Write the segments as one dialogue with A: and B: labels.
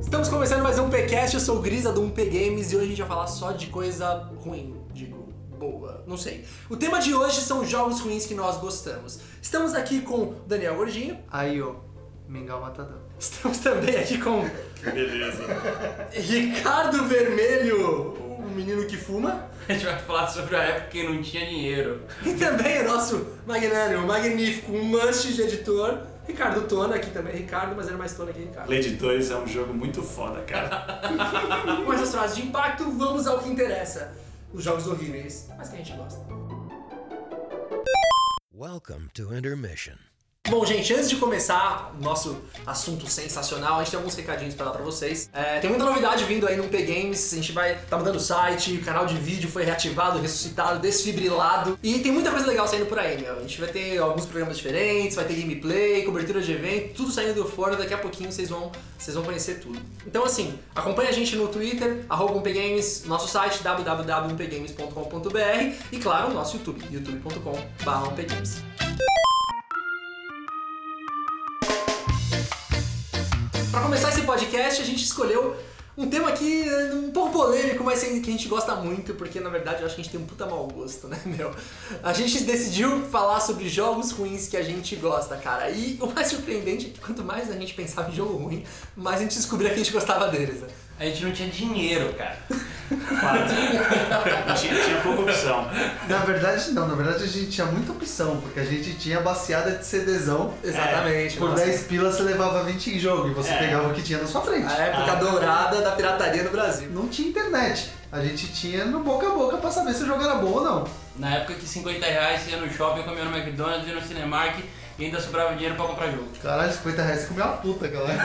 A: Estamos começando mais um PCast, eu sou o Grisa do 1P Games e hoje a gente vai falar só de coisa ruim, digo, boa, não sei. O tema de hoje são jogos ruins que nós gostamos. Estamos aqui com o Daniel Gordinho,
B: Aí, ó, Mingau Matador.
A: estamos também aqui com o
C: Beleza.
A: Ricardo Vermelho, o menino que fuma,
D: A gente vai falar sobre a época que não tinha dinheiro.
A: e também o nosso magnânimo, magnífico, um must de editor, Ricardo Tona, aqui também é Ricardo, mas era mais Tona que Ricardo.
C: Blade 2 é um jogo muito foda, cara.
A: Com essas frases de impacto, vamos ao que interessa. Os jogos horríveis, mas que a gente gosta.
E: Welcome to intermission.
A: Bom, gente, antes de começar o nosso assunto sensacional, a gente tem alguns recadinhos pra dar pra vocês. É, tem muita novidade vindo aí no P Games, a gente vai tá mudando o site, o canal de vídeo foi reativado, ressuscitado, desfibrilado e tem muita coisa legal saindo por aí, meu. A gente vai ter alguns programas diferentes, vai ter gameplay, cobertura de evento, tudo saindo fora, daqui a pouquinho vocês vão, vocês vão conhecer tudo. Então assim, acompanha a gente no Twitter, arroba 1pgames, nosso site www.1pgames.com.br e claro, nosso YouTube, youtube.com.br 1pgames. Pra começar esse podcast, a gente escolheu um tema aqui eh, um pouco polêmico, mas que a gente gosta muito, porque na verdade eu acho que a gente tem um puta mau gosto, né, meu? A gente decidiu falar sobre jogos ruins que a gente gosta, cara. E o mais surpreendente é que quanto mais a gente pensava em jogo ruim, mais a gente descobria que a gente gostava deles, né?
D: A gente não tinha dinheiro, cara.
C: Fato. tinha, tinha pouca opção.
B: Na verdade, não, na verdade a gente tinha muita opção, porque a gente tinha baseada de CDzão.
A: Exatamente.
B: É, Por
A: nossa.
B: 10 pilas você levava 20 em jogo e você
C: É.
B: pegava o que tinha na sua frente.
A: A época dourada da pirataria no Brasil.
B: Não tinha internet. A gente tinha no boca a boca pra saber se o jogo era bom ou não.
D: Na época que 50 reais você ia no shopping, comia no McDonald's, ia no Cinemark e ainda sobrava dinheiro pra comprar jogo.
B: Caralho, 50 reais comeu uma puta, galera.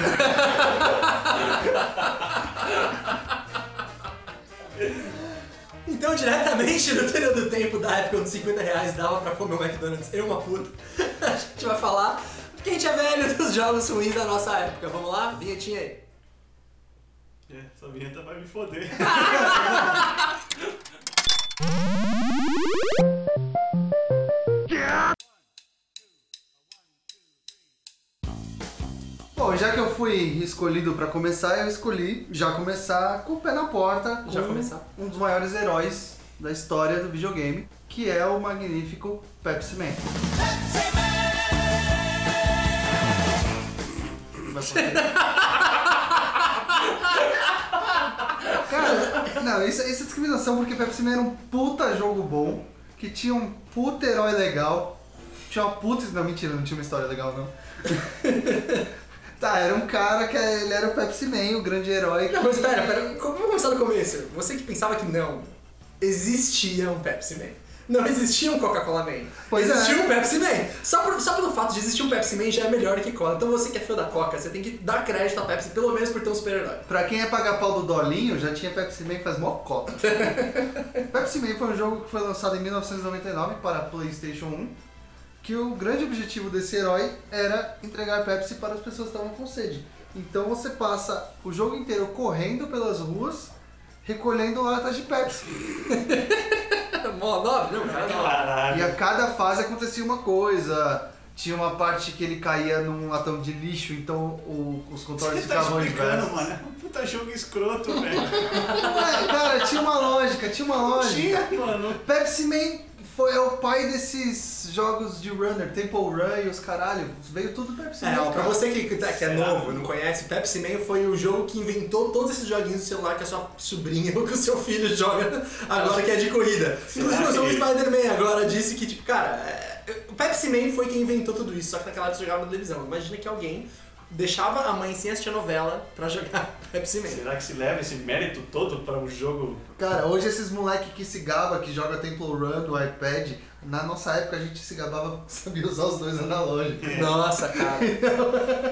A: Então, diretamente no período do tempo da época onde 50 reais dava pra comer o McDonald's e uma puta, a gente vai falar porque a gente é velho dos jogos ruins da nossa época. Vamos lá? Vinhetinha aí.
C: É, Essa vinheta vai me foder.
B: bom, já que eu fui escolhido pra começar, eu escolhi já começar com o pé na porta.
A: Já
B: com
A: começar?
B: Um dos maiores heróis da história do videogame, que é o magnífico Pepsi Man. Vai falar. Cara, não, isso, isso é discriminação porque Pepsi Man era um puta jogo bom, que tinha um puta herói legal, tinha uma puta. Não, mentira, não tinha uma história legal não. tá, era um cara que ele era o Pepsi Man, o grande herói.
A: Não, mas pera, pera, como- vamos começar do começo. Você que pensava que não, existia um Pepsi Man. Não existia um Coca-Cola Man.
B: Pois é.
A: existia um Pepsi Man. Só, por- só pelo fato de existir um Pepsi Man já é melhor que Cola. Então você que é fã da Coca, você tem que dar crédito à Pepsi, pelo menos por ter um super-herói.
B: Pra quem é pagar pau do Dolinho, já tinha Pepsi Man faz mó cota. Pepsi Man foi um jogo que foi lançado em 1999 para PlayStation 1, que o grande objetivo desse herói era entregar Pepsi para as pessoas que estavam com sede. Então você passa o jogo inteiro correndo pelas ruas, recolhendo latas de Pepsi.
A: Mó nobre, não, cara, não.
B: E
C: Caralho.
B: a cada fase acontecia uma coisa. Tinha uma parte que ele caía num latão de lixo, então o- os controles
C: Você tá
B: ficavam
C: explicando,
B: inversos.
C: mano. É um puta jogo escroto, velho.
B: Ué, cara, tinha uma lógica, tinha uma lógica.
C: Tinha, mano.
B: Pepsi Man foi é o pai desses jogos de runner, Temple Run e os caralho. Veio tudo Pepsi
A: É,
B: Man.
A: ó, pra
B: cara.
A: você que, que tá- que é
C: Será?
A: novo, não conhece, Pepsi Man foi o jogo que inventou todos esses joguinhos do celular que a sua sobrinha ou que o seu filho joga agora que é de corrida. Inclusive,
C: que-
A: o Spider-Man agora disse que, tipo, cara, é, o Pepsi Man foi quem inventou tudo isso, só que naquela época você jogava na televisão. Imagina que alguém deixava a mãe sem assistir a novela pra jogar Pepsi Man.
C: Será que se leva esse mérito todo pra um jogo?
B: Cara, hoje esses moleque que se gaba, que joga Temple Run do iPad, na nossa época a gente se gabava que sabia usar os dois analógicos.
A: É. Nossa, cara.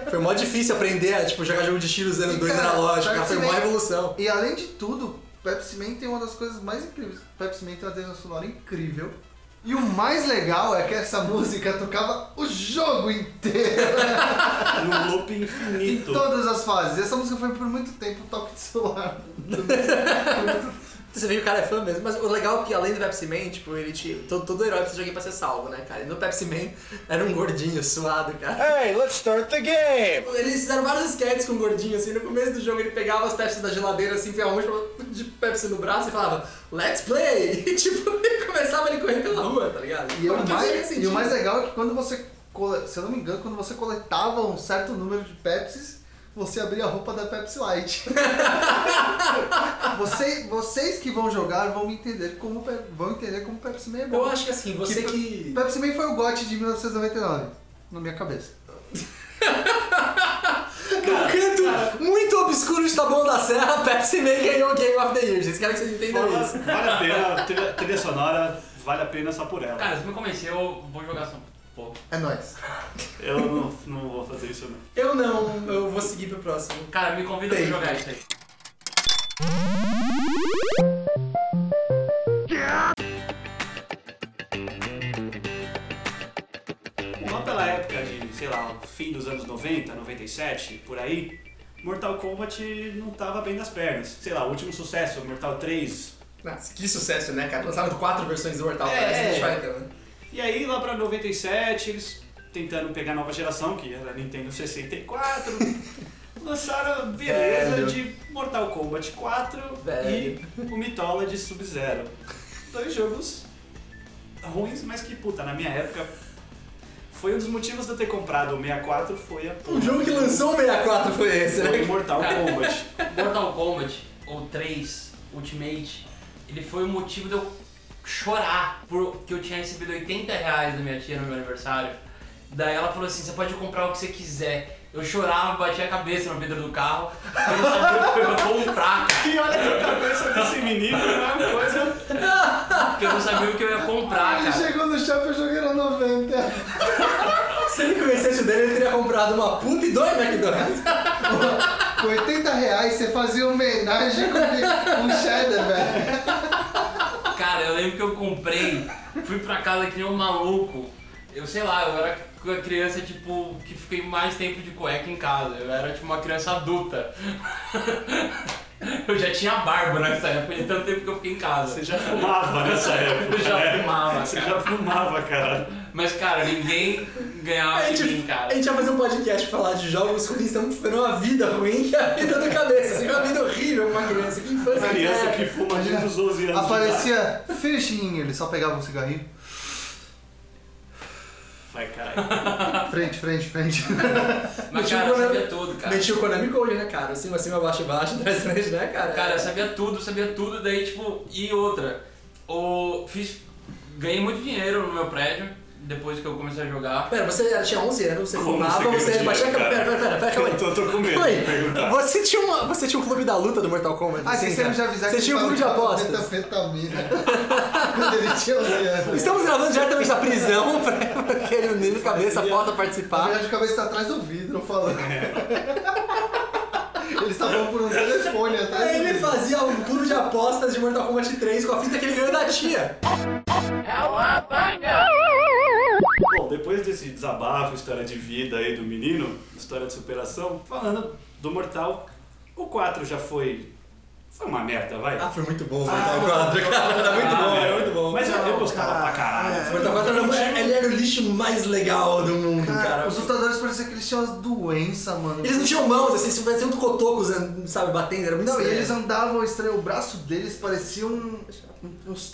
A: Foi mó difícil aprender a tipo, jogar jogo de tiro usando
B: E,
A: dois
B: cara,
A: analógicos, cara,
B: Pepsi
A: foi mó
B: Man-
A: evolução.
B: E além de tudo, Pepsi Man tem uma das coisas mais incríveis. Pepsi Man tem uma trilha sonora incrível. E o mais legal é que essa música tocava o jogo inteiro,
C: Num um loop
B: em
C: infinito.
B: todas as fases. E essa música foi por muito tempo toque de celular. Por muito
A: Você vê que o cara é fã mesmo, mas o legal é que além do Pepsi Man, tipo, ele te. Todo, todo herói precisa de alguém pra ser salvo, né, cara? E no Pepsi Man era um gordinho suado, cara. Tipo,
E: Hey, let's start the game!
A: Eles fizeram vários sketches com o gordinho, assim, no começo do jogo ele pegava as Pepsi da geladeira, assim, enfiava um monte de Pepsi no braço e falava, let's play! E tipo, ele começava ele correr pela rua, tá ligado?
B: E, o
A: Não fazia
B: mais, e
A: sentido.
B: o mais legal é que quando você, cole- se eu não me engano, quando você coletava um certo número de Pepsis, você abria a roupa da Pepsi Light. Você- vocês que vão jogar vão me entender como Pe- vão entender como Pepsi Man é bom.
A: Eu acho que assim, você
B: Que-
A: que.
B: Pepsi Man foi o GOT de 1999, na minha cabeça.
A: Num canto muito obscuro de Taboão da Serra, Pepsi Man ganhou o Game of the Year. Vocês querem que vocês entendam isso.
C: Vale a pena, a trilha, trilha sonora vale a pena só por ela.
F: Cara, você me convenceu, eu vou jogar só um pouco.
B: É nóis.
C: Eu não, não vou fazer isso não.
A: Eu não, eu vou seguir pro próximo.
F: Cara, me convida pra
A: Tem.
F: jogar isso aí.
C: Lá pela época de, sei lá, fim dos anos 90, 97, por aí, Mortal Kombat não tava bem das pernas. Sei lá, o último sucesso, Mortal 3.
A: Nossa, que sucesso, né, cara? Lançaram quatro versões do Mortal
C: É,
A: Kombat Street
C: é.
A: Fighter, né?
C: E aí lá pra 97, eles tentando pegar a nova geração, que era a Nintendo 64, lançaram a beleza
A: Velho.
C: de Mortal Kombat 4
A: Velho.
C: e o Mitola de Sub-Zero. Dois jogos ruins, mas que puta, na minha época. Foi um dos motivos de eu ter comprado o 64 foi a
A: O Um jogo que lançou o 64 foi esse, né?
C: Foi Mortal Kombat.
F: Mortal Kombat, ou 3, Ultimate, ele foi o motivo de eu chorar porque eu tinha recebido 80 reais da minha tia no meu aniversário. Daí ela falou assim, você pode comprar o que você quiser. Eu chorava, batia a cabeça na vidro do carro, eu não sabia o que eu ia comprar, cara,
C: E olha que a cabeça desse menino é uma coisa.
F: porque eu não sabia o que eu ia
A: Ah,
F: comprar,
B: Ele
F: cara.
B: chegou no shopping e eu joguei na 90.
A: Se ele conhecesse o dele, ele teria comprado uma puta e dois McDonald's.
B: Com 80 reais você fazia homenagem com um cheddar, velho.
F: Cara, eu lembro que eu comprei, fui pra casa que nem um maluco. Eu sei lá, eu era uma criança, tipo, que fiquei mais tempo de cueca em casa. Eu era, tipo, uma criança adulta. Eu já tinha barba nessa época, de tanto tempo que eu fiquei em casa.
C: Você já fumava nessa época.
F: Eu já
C: né?
F: fumava,
C: Você
F: cara.
C: já fumava, cara.
F: Mas, cara, ninguém
A: É,
F: ganhava de mim, cara.
A: a gente vai fazer um podcast pra falar de jogos ruins, estamos fazendo uma vida ruim que é a vida do cabeça. Assim, uma vida horrível pra uma criança. Que infância
C: Criança
A: que
C: que fuma desde os 12 anos. de idade.
B: Aparecia finishing, ele só pegava um cigarrinho.
C: Vai, cara.
B: Frente, frente, frente.
F: Mas,
A: Metia o
F: cara, eu
A: Konami-
F: sabia tudo, cara.
A: Metia o Konami Code, né, cara? Acima, acima, abaixo, abaixo, trás, trás, né, cara?
F: Cara, eu sabia tudo, sabia tudo, daí tipo, e outra. O, fiz, ganhei muito dinheiro no meu prédio, depois que eu comecei a jogar.
A: Pera, você tinha 11 anos, você
C: Como
A: fumava,
C: você ganhou
A: você
C: dinheiro,
A: baixava... Pera,
C: cara?
A: pera, pera, pera, calma aí.
C: Eu tô- tô com medo de
A: Calma aí.
C: perguntar.
A: Você tinha, uma, você tinha um clube da luta do Mortal Kombat?
B: Ah,
A: assim,
B: esqueci de
A: cara?
B: avisar
A: Você
B: que
A: tinha um
B: ele
A: clube de
B: tava usando
A: apostas?
B: metanfetamina. Quando ele tinha 11 anos.
A: Estamos gravando diretamente da prisão pra pra aquele nível cabeça possa
B: Na
A: participar.
B: verdade, a cabeça tá atrás do vidro falando.
A: É.
B: Ele está falando por um telefone atrás
A: Aí
B: do
A: ele
B: vidro.
A: fazia um clube de apostas de Mortal Kombat 3 com a fita que ele ganhou da tia.
C: Bom, depois desse desabafo, história de vida aí do menino, história de superação, falando do Mortal, o 4 já foi. Foi uma merda, vai.
A: Ah, foi muito bom o Mortal Kombat, cara. Era muito bom, era muito bom.
C: Mas eu, eu gostava pra caralho.
B: É.
A: O Mortal Kombat era, ele era o lixo mais legal do mundo,
B: Cara,
A: cara.
B: os lutadores pareciam que eles tinham umas doenças, mano.
A: Eles não tinham mãos, assim, se tivesse um cotoco, usando, sabe, batendo, era muito
B: Não, e
A: estranho.
B: eles andavam estranho, o braço deles parecia um, uns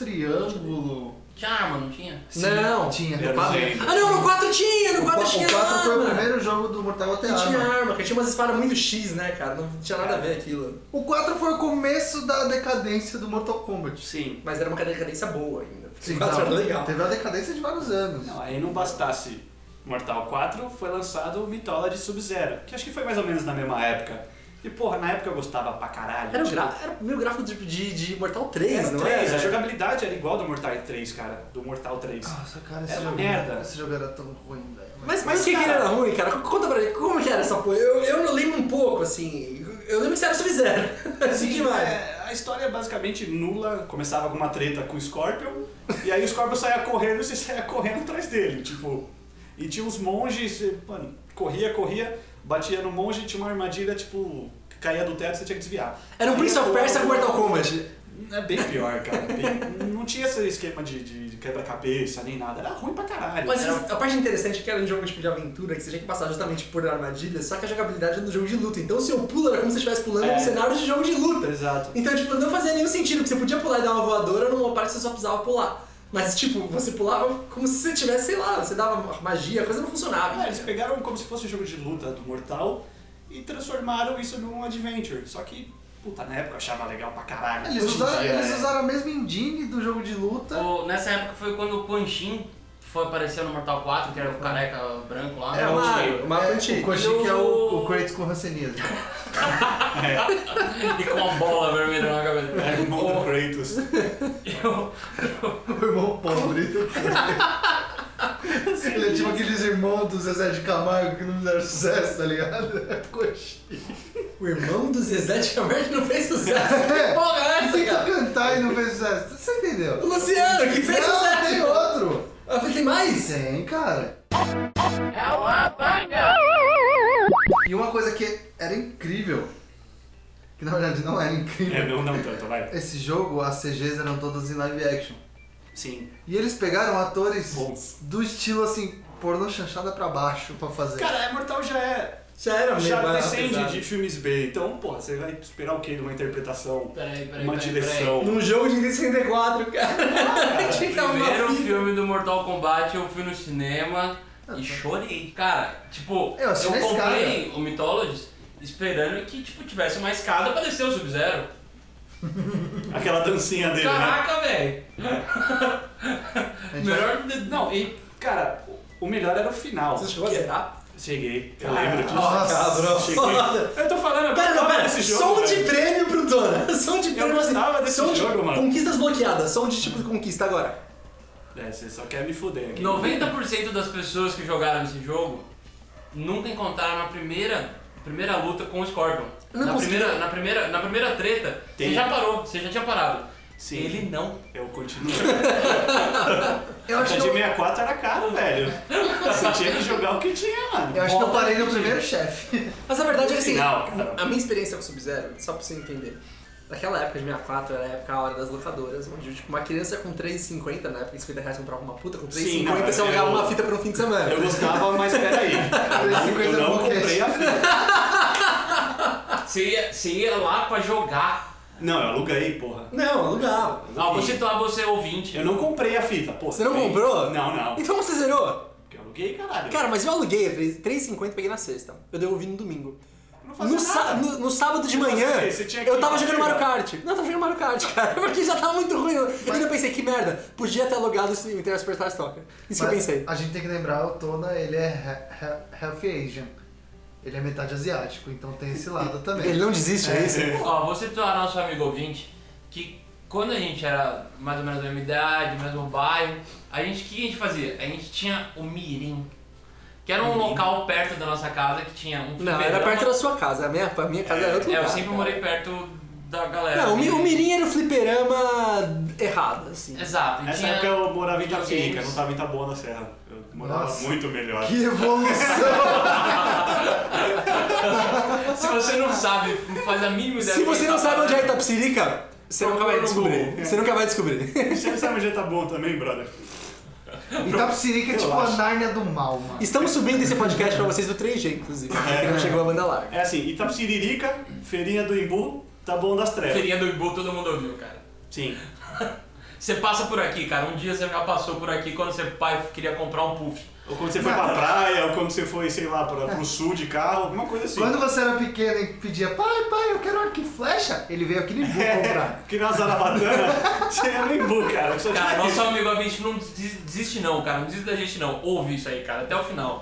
B: triângulos.
F: Tinha arma, não tinha?
A: Não,
B: tinha.
C: Era
B: O
C: gente.
A: Ah não, no 4 tinha, no 4
B: qua-
A: tinha
B: o 4
A: arma.
B: foi o primeiro jogo do Mortal até
A: Não tinha
B: arma.
A: arma, cara. Tinha umas espadas muito X, né, cara? Não tinha nada a ver aquilo.
B: O 4 foi o começo da decadência do Mortal Kombat.
C: Sim.
A: Mas era uma decadência boa ainda. o 4 era
B: não,
A: legal.
B: Teve uma decadência de vários anos.
C: Não, aí não bastasse Mortal 4, foi lançado o Mitola de Sub-Zero, que acho que foi mais ou menos na mesma época. E porra, na época eu gostava pra caralho.
A: Era o,
C: tipo,
A: gra... era o meu gráfico de, de, de Mortal 3,
C: era é. o
A: não
C: 3, a
A: era?
C: jogabilidade era igual do Mortal 3, cara. Do Mortal 3.
A: Ah,
B: Nossa, cara, esse
C: Era uma
B: jogo.
C: merda.
B: Esse jogo era tão ruim, velho.
A: Mas, mas
C: Mas,
A: por que, que ele
C: cara-
A: era ruim, cara? Conta pra mim, como que era essa porra? Eu, eu não lembro um pouco, assim. Eu lembro que você era Sub-Zero. Assim que mais.
C: é, a história é basicamente nula. Começava com uma treta com o Scorpion, e aí o Scorpion saia correndo e você saia correndo atrás dele. Tipo, e tinha uns monges, e, mano, corria, corria, batia no monge e tinha uma armadilha, tipo, que caía do teto e você tinha que desviar.
A: Era um
C: Aí
A: Prince of
C: depois-
A: Persia com Mortal Kombat.
C: É bem pior, cara. Bem- não tinha esse esquema de, de quebra-cabeça nem nada. Era ruim pra caralho.
A: Mas
C: Era-
A: a parte interessante é que era um jogo tipo, de aventura que você tinha que passar justamente por armadilhas, só que a jogabilidade era do jogo de luta. Então o seu pulo era como se você estivesse pulando
C: É.
A: um cenário de jogo de luta.
C: Exato.
A: Então, tipo, não fazia nenhum sentido, porque você podia pular e dar uma voadora numa parte que você só precisava pular. Mas, tipo, você pulava como se você tivesse, sei lá, você dava magia, a coisa não funcionava.
C: Ah, eles pegaram como se fosse um jogo de luta do Mortal e transformaram isso num adventure. Só que, puta, na época eu achava legal pra caralho.
B: Eles,
C: Hoje em
B: usaram,
C: dia,
B: eles
C: é.
B: usaram a mesma engine do jogo de luta.
F: O- nessa época foi quando o Quan Shin foi aparecer no Mortal 4, que era o careca branco lá.
A: Era o Mario, o Mario
B: o
A: antigo.
B: Koshi, que é o, o Kratos com rancenismo.
F: E com uma bola vermelha na cabeça.
C: É, irmão do Kratos.
F: Eu-
B: o irmão pobre. Ele é tipo aqueles irmãos do Zezé de Camargo que não fizeram sucesso, tá ligado? Koshi.
A: O irmão do Zezé de Camargo não fez sucesso. Que porra é essa,
B: Tenta
A: cara?
B: cantar e não fez sucesso. Você
A: O
B: entendeu?
A: Luciano, que fez
B: Não, tem
A: sucesso.
B: outro.
A: Ah, Tem mais?
B: Tem, cara. E uma coisa que era incrível, que na verdade não era
C: É,
B: incrível,
C: não, não tanto, vai.
B: esse jogo, as CGs eram todas em live action.
C: Sim.
B: E eles pegaram atores
C: Bons.
B: do estilo assim, pornô chanchada pra baixo pra fazer.
C: Cara, é Mortal já é.
A: Já era Tá meio
C: Já
A: barato,
C: descende
A: pesado.
C: de filmes B. Então, porra, você vai esperar o quê? Uma interpretação?
F: Peraí, peraí,
C: Uma
F: peraí,
C: direção?
A: Num jogo de 64,
C: Ah,
A: cara. Fica uma
F: Primeiro
A: fita.
F: filme do Mortal Kombat eu fui no cinema e chorei. Cara, tipo,
B: Eu assisti na
F: comprei o Mythologies esperando que tipo, tivesse uma escada pra descer o Sub-Zero.
C: Aquela dancinha dele, né?
F: Caraca, velho!
B: gente
F: Melhor. de-
C: Não, e, cara, o melhor era o final.
A: Você chegou a
C: Que-
A: zerar?
C: Cheguei, eu lembro disso.
B: Nossa,
A: cabrão. Foda.
C: Cheguei. Eu tô falando, eu
A: Pera, não,
C: gostava
A: pera. um
C: desse jogo,
A: som de
C: velho.
A: prêmio pro Dona. Som de prêmio. assim,
C: gostava desse
A: som de-
C: jogo, mano.
A: Conquistas bloqueadas. Som de tipo de conquista agora.
C: É, você só quer me fuder aqui.
F: 90% das pessoas que jogaram esse jogo nunca encontraram a primeira, primeira luta com o Scorpion.
A: Eu não
F: na,
A: consegui.
F: primeira, na, primeira, na primeira treta,
C: Tem.
F: você já parou, você já tinha parado.
C: Sim.
F: Ele não.
C: Eu continuo.
B: Eu acho
C: Até
B: que
C: de
B: eu,
C: 64 era caro, velho. Você tinha que jogar o que tinha, mano.
B: eu acho que eu
F: volta
B: parei no
F: aqui.
B: primeiro chefe.
A: Mas a verdade é que assim,
C: Final, cara.
A: a minha experiência com o Sub-Zero, só pra você entender. Naquela época de 64 era a época a hora das locadoras, onde tipo, uma criança com 3,50, na época 50 reais comprava uma puta, com
C: Sim,
A: 3,50
C: não,
A: você
C: eu-
A: alugava uma fita pra um fim de semana.
C: Eu gostava, mas peraí. Eu
B: 3,50
C: não
B: no boquete.
C: comprei a fita.
F: tá, Você ia, você ia lá pra jogar.
C: Não, eu aluguei, porra.
A: Não, alugava.
F: Ah, vou situar você ouvinte.
C: Eu não comprei a fita, porra.
A: Você não comprou?
C: Não, não.
A: Então você zerou?
C: Porque eu aluguei, caralho.
A: Cara, mas eu aluguei a 3- 3,50 peguei na sexta. Eu devolvi no domingo.
C: não fazia
A: No, sá-
C: nada.
A: no- no sábado de
C: Você fazia
A: manhã,
C: o quê? Você tinha que
A: eu tava
C: ir
A: jogando
C: pra
A: Mario
C: jogar.
A: Kart. Não, eu tava jogando Mario Kart, cara, porque já tava muito ruim. Eu eu ainda pensei, que merda, podia ter alugado o Inter Superstar Soccer. Isso que eu
B: Mas
A: pensei.
B: A gente tem que lembrar, o Tona, ele é he- he- half Asian. Ele é metade asiático, então tem esse lado também.
A: Ele não desiste, é isso?
F: Ó, vou situar nosso amigo ouvinte que quando a gente era mais ou menos da mesma idade, mesmo bairro, a gente, o que a gente fazia? A gente tinha o Mirim, que era um local perto da nossa casa que tinha um
A: Não, era
F: fliperama.
A: perto da sua casa. A minha, a minha casa era outro
F: É,
A: lugar.
F: eu sempre morei perto da galera.
A: Não, o Mi- o Mirim era o fliperama errado, assim.
F: Exato, e
C: Nessa
F: tinha...
C: época eu morava em Itapirica,
F: videogames.
C: não tava em Taboão da Serra. Eu morava
B: Nossa.
C: muito melhor.
B: Que evolução!
F: Se você não sabe, faz a mínima ideia.
A: Se
F: do que
A: você
F: tá
A: não sabe onde é
F: falando.
A: Itapsirica, você nunca vai
C: Procura no
A: descobrir.
C: Google.
A: Você nunca vai descobrir.
C: Você não sabe onde é Taboão também, brother?
B: Itapsirica é tipo a Nárnia do mal, mano.
A: Estamos subindo esse podcast pra vocês do 3G, inclusive. Porque não chegou a banda larga.
C: É assim, Itapsiririca, Feirinha do Imbu, Taboão das
A: tá-
C: Trevas.
F: Feirinha do Ibu, todo mundo ouviu, cara.
C: Sim.
F: Você passa por aqui, cara. Um dia você já passou por aqui quando seu pai queria comprar um puff.
C: Ou quando você foi pra praia, ou quando você foi, sei lá, pra, pro sul de carro, alguma coisa assim.
B: Quando você era pequeno e pedia, pai, pai, eu quero arco e flecha, ele veio aqui no Imbu comprar.
C: Que na Zarabatana, você é no Imbu, cara. Só
F: Cara,
C: tinha
F: nosso
C: isso.
F: amigo ouvinte não des- desiste não, cara. Não desiste da gente não. Ouve isso aí, cara, até o final.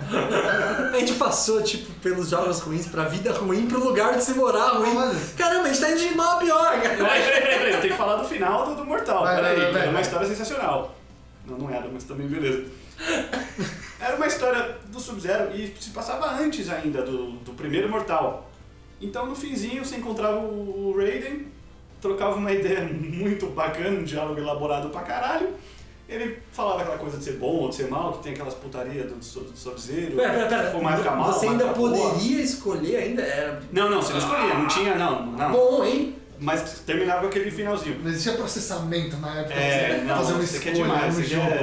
A: A gente passou, tipo, pelos jogos ruins pra vida ruim, pro lugar de se morar
C: Ah,
A: ruim.
B: Olha.
A: Caramba, a gente tá indo de mal a pior, cara.
C: Peraí, peraí, peraí, peraí, eu tenho que falar do final do, do Mortal.
B: Vai, vai,
C: peraí,
B: vai, vai,
C: era uma
B: vai.
C: história sensacional. Não, não era, mas também beleza. Era uma história do Sub-Zero e se passava antes ainda do, do primeiro Mortal. Então no finzinho você encontrava o o Raiden, trocava uma ideia muito bacana, um diálogo elaborado pra caralho. Ele falava aquela coisa de ser bom ou de ser mal, que tem aquelas putaria do, Sub- do Sub-Zero. Ou mais fica mal,
A: Você
C: mais
A: ainda
C: fica boa.
A: poderia escolher, ainda era
C: Não, não, você não escolhia, não tinha, não. não.
A: bom, hein?
C: Mas terminava com aquele finalzinho.
B: Não existia processamento na época pra
C: É,
B: você
C: não,
B: fazer uma
C: isso aqui é
B: escolha
C: demais.
B: no
C: Isso
B: jogo.
C: aqui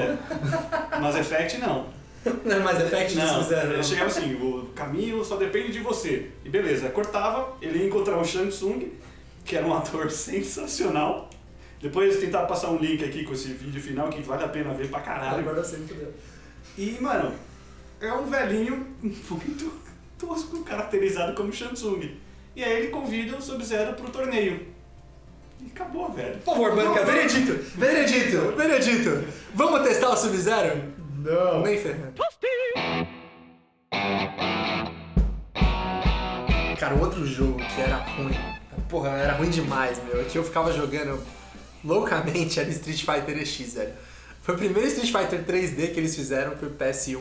C: é... Mas Effect não.
A: Não, é mas Effect
C: Não,
A: eles fizeram.
C: ele
A: não.
C: chegava assim, o caminho só depende de você. E beleza, cortava, ele ia encontrar o Shang Tsung, que era um ator sensacional. Depois tentar passar um link aqui com esse vídeo final que vale a pena ver pra
A: Cara,
C: caralho.
A: guarda sempre, fudeu.
C: E, mano, é um velhinho muito tosco, caracterizado como Shang Tsung. E aí ele convida o Sub-Zero pro torneio. E acabou, velho.
A: Por favor, banca, veredito, veredito, veredito. Vamos testar o Sub-Zero? Não. Nem ferrando. Cara, outro jogo que era ruim, porra, era ruim demais, meu, é que eu ficava jogando loucamente era Street Fighter EX, velho. Foi o primeiro Street Fighter 3D que eles fizeram pro PS1.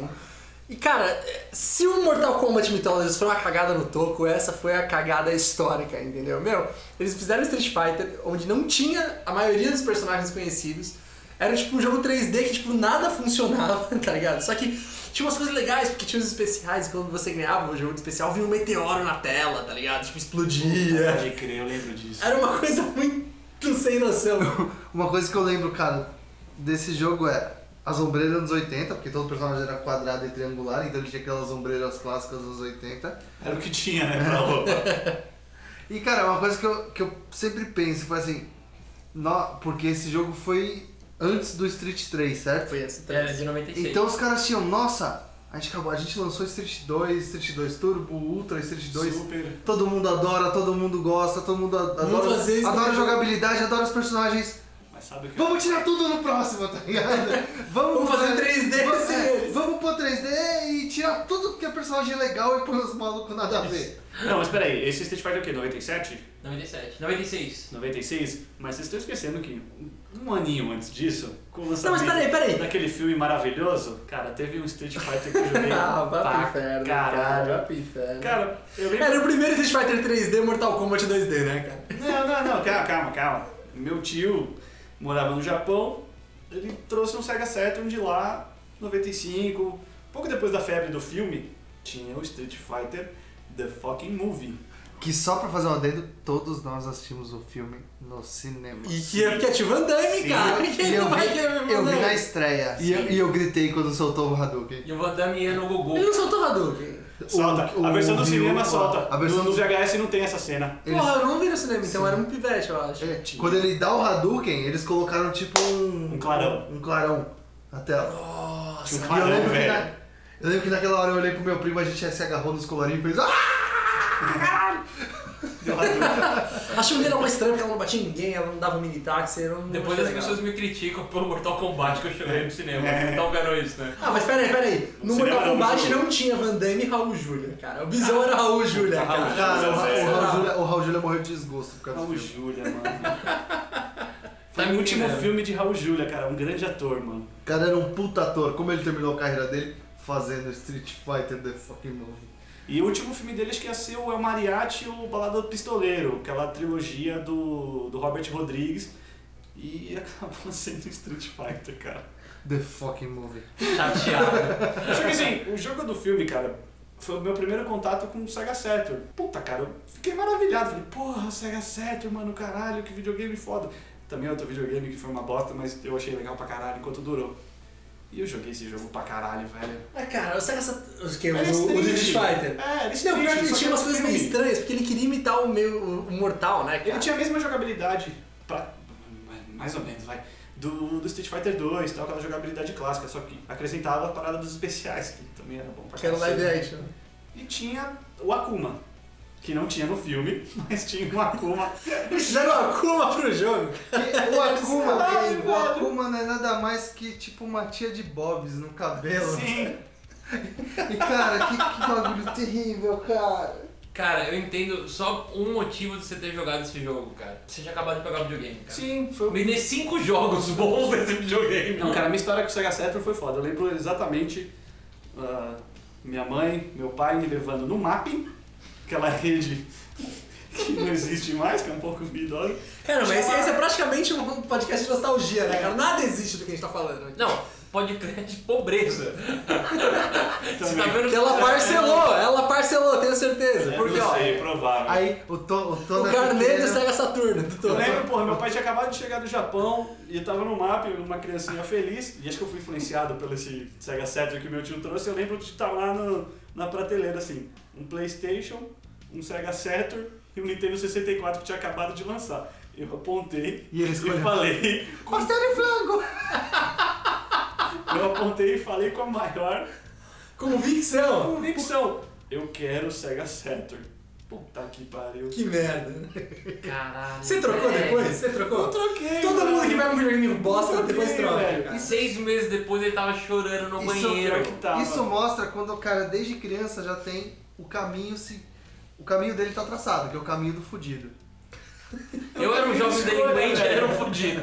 A: E cara, se o Mortal Kombat Mythologies foi uma cagada no toco, essa foi a cagada histórica, entendeu? Meu, eles fizeram Street Fighter onde não tinha a maioria dos personagens conhecidos. Era tipo um jogo 3D que tipo nada funcionava, tá ligado? Só que tinha umas coisas legais, porque tinha os especiais, quando você ganhava o jogo de especial, vinha um meteoro na tela, tá ligado? Tipo, explodia.
C: Pode crer, eu lembro disso.
A: Era uma coisa muito sem noção.
B: Uma coisa que eu lembro, cara, desse jogo era as ombreiras dos 80, porque todo personagem era quadrado e triangular, então ele tinha aquelas ombreiras clássicas dos 80.
C: Era o que tinha, né, pra roupa.
B: E, cara, uma coisa que eu, que eu sempre penso, foi assim, nó- porque esse jogo foi antes do Street 3, certo?
A: Foi essa.
D: Era de 96.
B: Então os caras tinham, nossa, a gente acabou, a gente lançou Street 2, Street 2 Turbo, Ultra, Street 2.
C: Super.
B: Todo mundo adora, todo mundo gosta, todo mundo a- adora,
A: fazer isso né?
B: adora a
A: também.
B: jogabilidade, adora os personagens.
C: Mas sabe o que é?
B: Vamos tirar tudo no próximo, tá ligado?
A: Vamos fazer 3D
B: vamos,
A: sem
B: é,
A: eles.
B: vamos pôr 3D e tirar tudo que é personagem legal e pôr os malucos nada a ver.
C: Não, mas peraí, esse Street Fighter é o quê? 97?
D: 97. 96.
C: 96? Mas vocês estão esquecendo que um aninho antes disso, com o
A: Não, mas
C: lançamento
A: peraí, peraí.
C: daquele filme maravilhoso, cara, teve um Street Fighter que eu joguei
A: Ah, vai
C: pra
A: pro inferno, cara. Vai
C: caralho.
A: pro inferno.
C: Cara, eu lembro...
A: Era o primeiro Street Fighter 3D Mortal Kombat 2D, né, cara?
C: Não, não, não, calma, calma, calma. Meu tio morava no Japão, ele trouxe um Sega Saturn de lá, 95, pouco depois da febre do filme, tinha o Street Fighter The Fucking Movie.
B: Que só pra fazer um adendo, todos nós assistimos o filme no cinema.
A: E que é porque é Tio Van Damme,
C: Sim.
A: cara. Quem
B: eu
A: não vai é
B: vi,
A: querer ver Van
B: eu vi
A: Damme?
B: na estreia e eu, e eu gritei quando soltou o Hadouken.
D: E o Van Damme ia no Gugu.
A: Ele não soltou o Hadouken.
C: Solta.
B: o-
C: a versão do
B: o-
C: cinema
B: o-
C: solta.
B: a versão
C: no, no
B: do-
C: VHS não tem essa cena.
B: Eles-
A: Porra, eu não vi no cinema, então era um pivete, eu acho.
B: É, quando ele dá o Hadouken, eles colocaram tipo um.
C: Um clarão.
B: Um clarão na tela.
C: Tinha um
B: E eu,
C: clarão,
B: lembro que
C: velho.
B: na- eu lembro que naquela hora eu olhei pro meu primo, a gente se agarrou nos colarinhos e fez. Ah!
C: Deu Hadouken.
A: A Chun-Li era uma estranha porque ela não batia em ninguém, ela não dava mini táxi, era um...
D: Depois as pessoas me criticam pelo Mortal Kombat que eu chorei no cinema.
A: É.
D: Então ganhou isso, né?
A: Ah, mas peraí, peraí. No
C: Você
A: Mortal
C: era um
A: Kombat
C: jogo.
A: não tinha Van Damme e Raul Júlia, cara. O Bizão era Raul Júlia,
C: Raul
A: cara.
C: Júlia.
B: Cara, o, Ra-
C: velho.
B: o Raul Júlia, o Raul Júlia morreu de desgosto por causa do
C: Raul
B: filme.
C: Júlia, mano. Foi
D: Tá
C: o
D: me
C: último
D: tirando.
C: filme de Raul Júlia, cara. Um grande ator, mano.
B: O cara era um puta ator. Como ele terminou a carreira dele? Fazendo Street Fighter The Fucking Movie.
C: E o último filme dele acho que ia ser o El Mariachi e o Balada do Pistoleiro, aquela trilogia do, do Robert Rodrigues. E acabou sendo Street Fighter, cara.
B: The Fucking Movie.
D: Chateado.
C: Só que assim, o jogo do filme, cara, foi o meu primeiro contato com o Sega Saturn. Puta, cara, eu fiquei maravilhado. Falei, porra, Sega Saturn, mano, caralho, que videogame foda. Também outro videogame que foi uma bosta, mas eu achei legal pra caralho enquanto durou. E eu joguei esse jogo pra caralho, velho.
A: Ah, cara, será que essa... Os que?
C: Era
A: Os É, o
C: Street.
A: Street Fighter?
C: É,
A: Não,
C: era
A: pior
C: Street,
A: que ele
C: só
A: tinha
C: que
A: umas
C: era
A: coisas
C: filme.
A: meio estranhas, porque ele queria imitar o meu... o Mortal, né, cara?
C: Ele tinha a mesma jogabilidade, pra, mais ou menos, vai, do, do Street Fighter 2, tal, aquela jogabilidade clássica, só que acrescentava a parada dos especiais, que também era bom pra
A: Que era
C: cacete.
A: live action.
C: E tinha o Akuma, que não tinha no filme, mas tinha o Akuma.
A: Eles fizeram uma Akuma pro jogo.
B: O Akuma,
C: Ai,
B: velho, o
C: velho.
B: Akuma não é nada mais que tipo uma tia de Bobs no cabelo.
C: Sim,
B: E cara, que, que bagulho terrível, cara.
D: Cara, eu entendo só um motivo de você ter jogado esse jogo, cara. Você já acabou de pegar o videogame, cara.
C: sim, foi o
D: Me dei cinco jogos bons desse videogame.
C: Não, cara, minha história com o Sega Saturn foi foda. Eu lembro exatamente ah, minha mãe, meu pai me levando no mapping, aquela rede que não existe mais, que é um pouco idosa.
A: Cara, mas esse, esse é praticamente um podcast de nostalgia, né, cara? Nada existe do que a gente tá falando. aqui.
D: Não, pode crer de pobreza. Você tá vendo
C: é,
A: Porque ela parcelou, ela Marcelo, tenho certeza.
C: Eu
A: porque,
C: É, não
A: ó,
C: sei, provável.
B: Aí o Tom, o Tom
A: o
B: da
A: carnê do
B: pequena-
A: Sega Saturno. do
C: Eu
A: Toto.
C: lembro, porra, meu pai tinha acabado de chegar do Japão e tava no mapa, eu, uma criancinha feliz. E acho que eu fui influenciado pelo esse Sega Saturn que meu tio trouxe. Eu lembro de estar lá no- na prateleira, assim, um Playstation, um Sega Saturn e um Nintendo 64 que tinha acabado de lançar. Eu apontei
B: E ele escolheu.
C: falei... com-
B: Pastel de flango!
C: eu apontei e falei com a maior
A: Convicção.
C: convicção. Eu quero o Sega Saturn. Puta que pariu.
A: Que merda.
F: Caralho.
A: Você trocou
F: É.
A: depois? Você trocou?
C: Eu troquei,
A: Todo
C: velho.
A: mundo que pega um videogame bosta
C: Eu
A: depois
C: troquei,
A: troca.
C: velho.
A: cara.
F: E seis meses depois ele tava chorando no
B: Isso- é
F: banheiro.
C: pior que tava.
B: Isso mostra quando o cara desde criança já tem o caminho se. O caminho dele tá traçado, que é o caminho do fudido.
F: Eu era um jovem
C: Escolha,
F: delinquente, ele
C: velho.
F: era um fudido.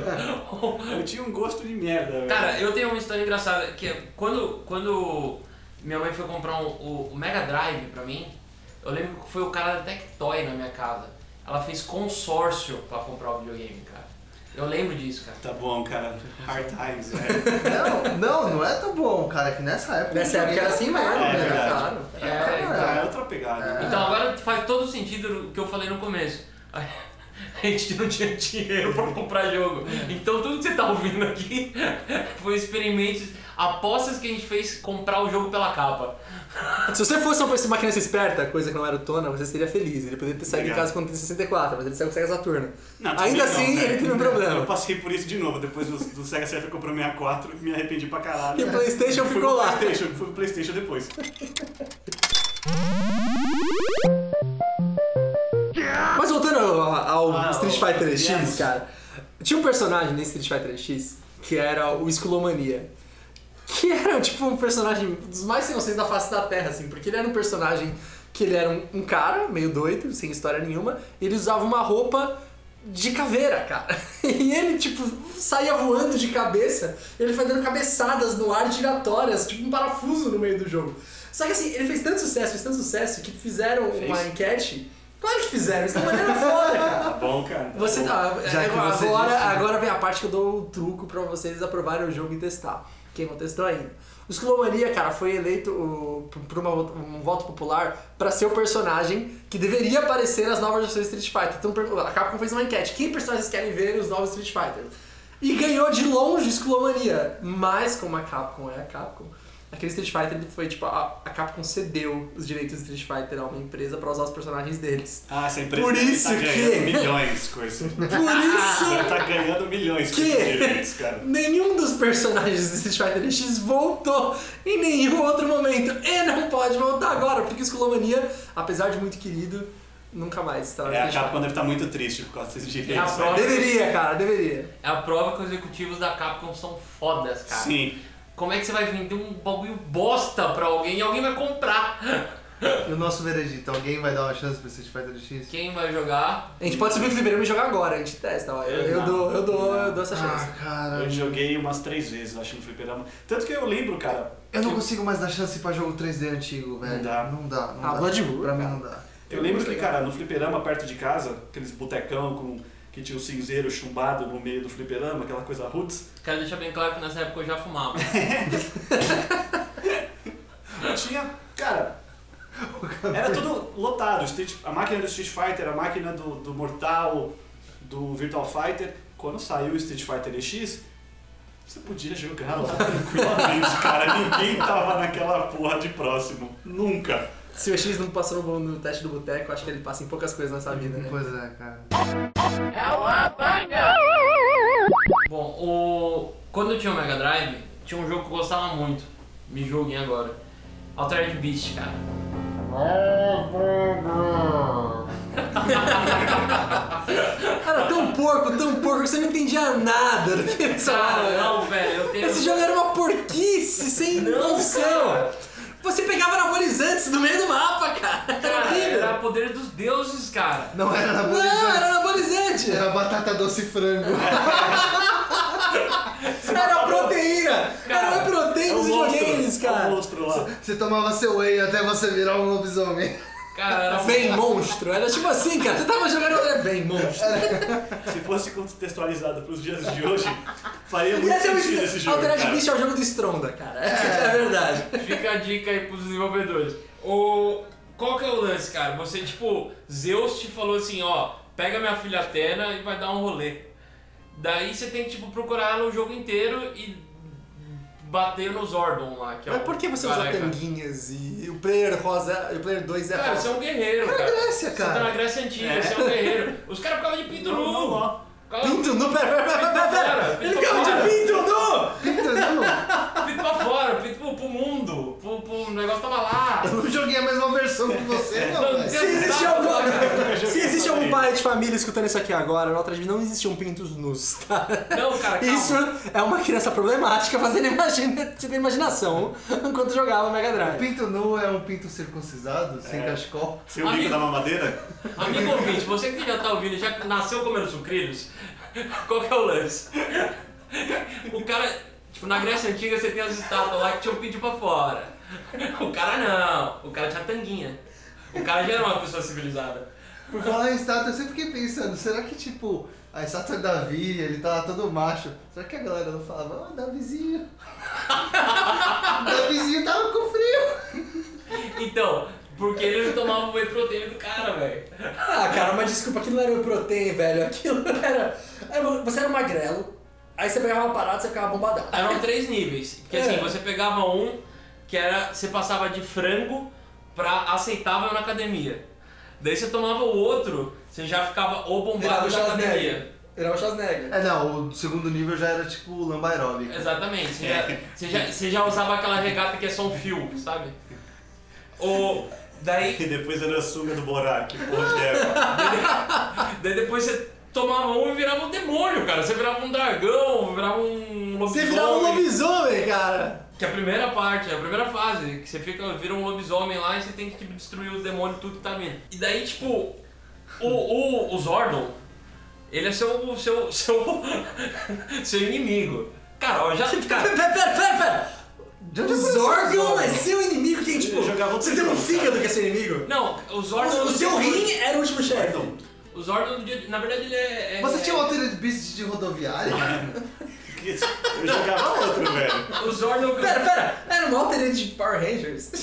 C: Eu tinha um gosto de merda, velho.
F: Cara, eu tenho uma história engraçada, que é quando, quando minha mãe foi comprar um- o, o Mega Drive pra mim, eu lembro que foi o cara da Tectoy na minha casa. Ela fez consórcio pra comprar o videogame, cara. Eu lembro disso, cara.
C: Tá bom, cara. Hard times, né? velho.
B: Não, não, não é tão bom, cara, que nessa época.
A: Nessa época era assim mesmo,
C: É
A: né?
C: verdade.
A: Claro.
F: É,
C: Ah, é outra pegada. né?
F: Então agora faz todo sentido o que eu falei no começo. A gente não tinha dinheiro pra comprar jogo. Então tudo que você tá ouvindo aqui foi experimentos, apostas que a gente fez comprar o jogo pela capa.
A: Se você fosse uma pessoa- uma criança esperta, coisa que não era o Tona, você seria feliz. Ele poderia ter saído de
C: Obrigado.
A: casa com o 64, mas ele saiu com o Sega Saturno.
C: Não, também
A: Ainda
C: não,
A: assim,
C: né?
A: ele teve um
C: Eu
A: problema.
C: passei por isso de novo, depois do, do Sega Saturn eu comprei o 64 e me arrependi pra caralho.
A: E o PlayStation
C: Fui
A: ficou
C: pro
A: lá.
C: É. PlayStation, fui pro Playstation depois. Tá
A: Mas voltando ao, ao
C: Ah,
A: Street Fighter
C: o-
A: X,
C: yes.
A: cara. Tinha um personagem nesse Street Fighter X que era o Esculomania. Que era, tipo, um personagem dos mais inocentes da face da Terra, assim. Porque ele era um personagem que ele era um, um cara, meio doido, sem história nenhuma. E ele usava uma roupa de caveira, cara. E ele, tipo, saía voando de cabeça. Ele foi dando cabeçadas no ar giratórias, tipo um parafuso no meio do jogo. Só que assim, ele fez tanto sucesso, fez tanto sucesso, que fizeram uma enquete. Claro que fizeram, isso é uma maneira foda, cara.
C: Tá bom, cara. tá
A: Você
C: bom.
A: tá.
B: Já que
A: agora,
B: você
A: agora,
B: disse, né?
A: vem a parte que eu dou o truco pra vocês aprovarem o jogo e testar. Quem não testou ainda. O Esculomania, cara, foi eleito o, por- por uma, um voto popular pra ser o personagem que deveria aparecer nas novas versões de Street Fighter. Então per- a Capcom fez uma enquete. Que personagens querem ver nos novos Street Fighter? E ganhou de longe o Esculomania. Mas como a Capcom é a Capcom, aquele Street Fighter ele foi tipo... A, a Capcom cedeu os direitos do Street Fighter a uma empresa pra usar os personagens deles.
C: Ah, essa empresa
A: Por
C: tá
A: isso
C: ganhando
A: que-
C: milhões com isso.
A: Por isso...
C: Ela tá ganhando milhões com
A: Que?
C: esses direitos, cara.
A: Nenhum dos personagens do Street Fighter X voltou em nenhum outro momento. E não pode voltar agora, porque o Esculomania, apesar de muito querido, nunca mais estará no
C: É, a
A: Street
C: Capcom deve estar muito triste por causa desses né?
F: É a
C: direitos.
F: prova-
C: velho.
A: Fighter. Deveria, cara, deveria.
F: É a prova que os executivos da Capcom são fodas, cara.
C: Sim.
F: Como é que você vai vender um bagulho bosta pra alguém e alguém vai comprar?
B: E o nosso veredito, alguém vai dar uma chance pro Street Fighter X?
F: Quem vai jogar?
A: A gente pode subir o fliperama e jogar agora, a gente testa. Ó. Eu, eu
C: Não.
A: dou, eu dou, eu dou é essa chance.
B: Ah, cara.
C: Eu joguei umas três vezes, acho, no fliperama. Tanto que eu lembro, cara,
B: Eu não consigo mais dar chance pra jogo 3D antigo, velho.
C: Não dá.
B: Não dá, não
A: Ah,
B: dá.
A: Bloodborne,
B: Pra mim
A: cara.
B: não dá.
C: Eu lembro que, cara, no fliperama perto de casa, aqueles botecão com, que tinha o cinzeiro chumbado no meio do fliperama, aquela coisa roots,
F: Quero deixar bem claro que nessa época eu já fumava.
C: tinha, cara, era tudo lotado. Street- a máquina do Street Fighter, a máquina do, do Mortal, do Virtual Fighter. Quando saiu o Street Fighter EX, você podia jogar lá tranquilamente, cara. Ninguém tava naquela porra de próximo. Nunca.
A: Se o X não passou no, no teste do boteco, acho que ele passa em poucas coisas nessa vida, né?
B: Pois é, cara.
F: Bom, o... quando eu tinha o Mega Drive, tinha um jogo que eu gostava muito. Me julguem agora. Altered Beast, cara.
A: Era tão porco, tão porco, que você não entendia nada do que eles falavam.
F: Cara, não, velho, eu tenho...
A: Esse jogo era uma porquice sem noção. Você pegava anabolizantes no meio do mapa, cara. Era
F: Cara,
A: tá horrível.
F: era poder dos deuses, cara.
B: Não era na
A: Não, era anabolizante.
B: Era batata doce e frango.
A: Era proteína.
F: Cara,
A: Era proteína
C: É um
A: dos videogames,
C: monstro, é um
A: cara.
C: monstro lá.
B: Você tomava seu whey até você virar um lobisomem.
F: Cara, era um...
A: Vem, monstro. Era tipo assim, cara. Você tava jogando... é, Vem, monstro.
C: Se fosse contextualizado pros dias de hoje, faria
A: E
C: é muito
B: é
A: até
C: sentido esse
A: o
C: jogo.
A: Altered
C: cara.
A: Beast é o
F: Então,
A: jogo do Stronda, cara. Essa é a verdade.
F: Fica a dica aí pros desenvolvedores. O... Qual que é o lance, cara? Você, tipo, Zeus te falou assim, ó, pega minha filha Atena e vai dar um rolê. Daí você tem que, tipo, procurar ela o jogo inteiro e bater no Zordon lá, que é
A: Mas
F: o
A: por que você usa
F: careca.
A: tanguinhas e o player rosa e o player 2 é
F: Cara,
A: rosa?
F: você é um guerreiro, cara.
B: Grécia,
F: Você tá
B: cara.
F: na Grécia Antiga, você é um guerreiro. Os caras ficavam de pinto
C: Não, não,
F: nu.
C: não.
F: Ficava
A: Pinto nu, pera, pera, pera, pera,
F: Cara,
A: pera. Ele
F: pinto
A: ficava de
F: fora.
A: pinto nu!
B: Entendeu?
F: pinto pra fora, pinto pro, pro mundo. Pro, pro- o negócio tava lá.
B: Eu não joguei a mesma versão que você, não,
F: Deus,
B: velho.
A: Se existe algum,
C: já
A: se existe algum
C: falei.
A: pai de família escutando isso aqui agora, nota de não existiam pintos nus, tá?
F: Não, cara, calma.
A: Isso é uma criança problemática fazendo imagina, tendo imaginação enquanto jogava Mega Drive.
B: Pinto nu é um pinto circuncisado, sem
F: É.
B: cachecol.
C: Seu bico da mamadeira?
F: Amigo ouvinte, você que já tá ouvindo, já nasceu comendo sucrilhos, qual que é o lance? O cara, tipo, na Grécia Antiga você tem as estátuas lá que tinham pinto pra fora. O cara não, o cara tinha tanguinha. O cara já era uma pessoa civilizada.
B: Por falar em estátua, eu sempre fiquei pensando, será que tipo, a estátua de Davi, ele tá lá todo macho, será que a galera não falava, ah, Davizinho? Davizinho tava com frio.
F: Então, porque ele não tomava o whey protein do cara, velho.
A: Ah, cara, mas desculpa, aquilo não era o protein, velho. Aquilo era. era- Você era um magrelo, aí você pegava uma parada e você ficava bombadão.
F: Eram três níveis. Porque assim,
A: É.
F: você pegava um que era. Você passava de frango pra aceitável na academia. Daí você tomava o outro, você já ficava ou bombado na academia.
A: Virava o Schwarzenegger.
B: É, não, o segundo nível já era tipo lamba aeróbica.
F: Exatamente. Você já,
A: É.
F: você, já, você já usava aquela regata que é só um fio, sabe? Ou. Daí,
C: E depois era a sunga do Borac, porra é, de égua.
F: daí depois você tomava um e virava um demônio, cara. Você virava um dragão, virava um lobisomem.
A: Você virava um lobisomem, cara!
F: Que é a primeira parte, é a primeira fase, que você fica, vira um lobisomem lá e você tem que tipo, destruir os demônios tudo que tá vindo. E daí, tipo, o, o, o Zordon, ele é seu. seu. seu, seu inimigo. Cara, eu já.
A: Pera,
F: Cara,
A: pera, pera, pera!
B: De onde
A: O
B: apareceu
A: Zorgon
B: Zorgon?
A: é seu inimigo, quem tipo.
C: Eu jogava
A: Você
C: outro
A: tem um
C: jogo, é
A: fígado que é seu inimigo?
F: não, o Zordon.
A: O seu rim era o último chefe.
F: O Zordon, do dia- na verdade, ele é. é-
B: Você tinha um Altered Beast de rodoviária?
C: Eu jogava outro, velho.
F: O Zordon.
A: Pera, pera, era um altered de Power Rangers? O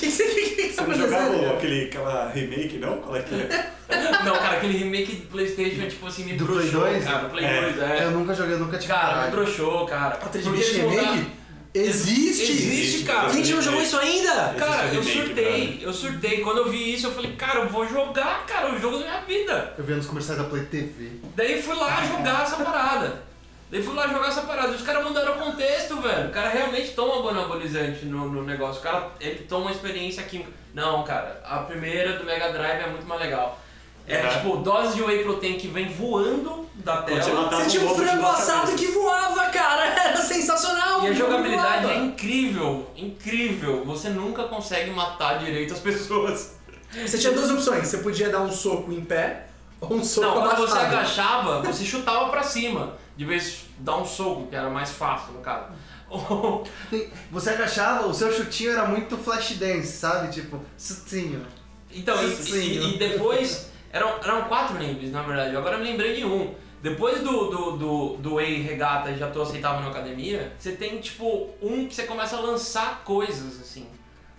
A: que que tá
C: Você não
B: é
A: acontecendo?
C: jogava aquele, aquela remake, não? Qual é que é?
F: Não, cara, aquele remake de PlayStation, tipo assim, me
B: Do Play
F: broxou.
B: 2?
F: cara, Play
C: É.
F: 2,
B: Eu
F: é.
B: nunca joguei, eu nunca tive
F: Cara, me
B: coragem.
F: broxou, cara.
A: Altered
F: Porque
A: Beast
F: eles mudaram-
A: Remake? Existe!
F: Existe, cara.
A: Gente, não jogou isso ainda?
F: Cara, eu
C: Existe remake,
F: surtei, eu surtei. Quando eu vi isso, eu falei, cara, eu vou jogar, cara, o jogo da minha vida.
B: Eu vi nos comerciais da Play TV.
F: Daí fui lá jogar essa parada. Daí fui lá jogar essa parada. Os caras mandaram o contexto, velho. O cara realmente toma anabolizante no, no negócio. O cara, ele toma uma experiência química. Não, cara, a primeira do Mega Drive é muito mais legal. É,
C: É.
F: tipo, dose de whey protein que vem voando da
C: Quando você
F: tela.
C: matava
A: Você tinha um
C: lobo de
A: frango
C: uma cabeça.
A: assado que voava, cara! Era sensacional!
F: E a
A: o jogo
F: jogabilidade é
A: voava.
F: incrível, incrível. Você nunca consegue matar direito as pessoas.
A: Você tinha duas opções, você podia dar um soco em pé ou um soco
F: Não, quando
A: abaixado.
F: você agachava, você chutava pra cima. De vez dar um soco, que era mais fácil, no caso.
B: Você agachava, o seu chutinho era muito flash dance, sabe? Tipo, chutinho.
F: então, e, e- e depois. Eram, eram quatro níveis, na verdade. Agora eu me lembrei de um. Depois do, do, do, do Whey Regata já tô aceitável na academia, você tem tipo um que você começa a lançar coisas, assim.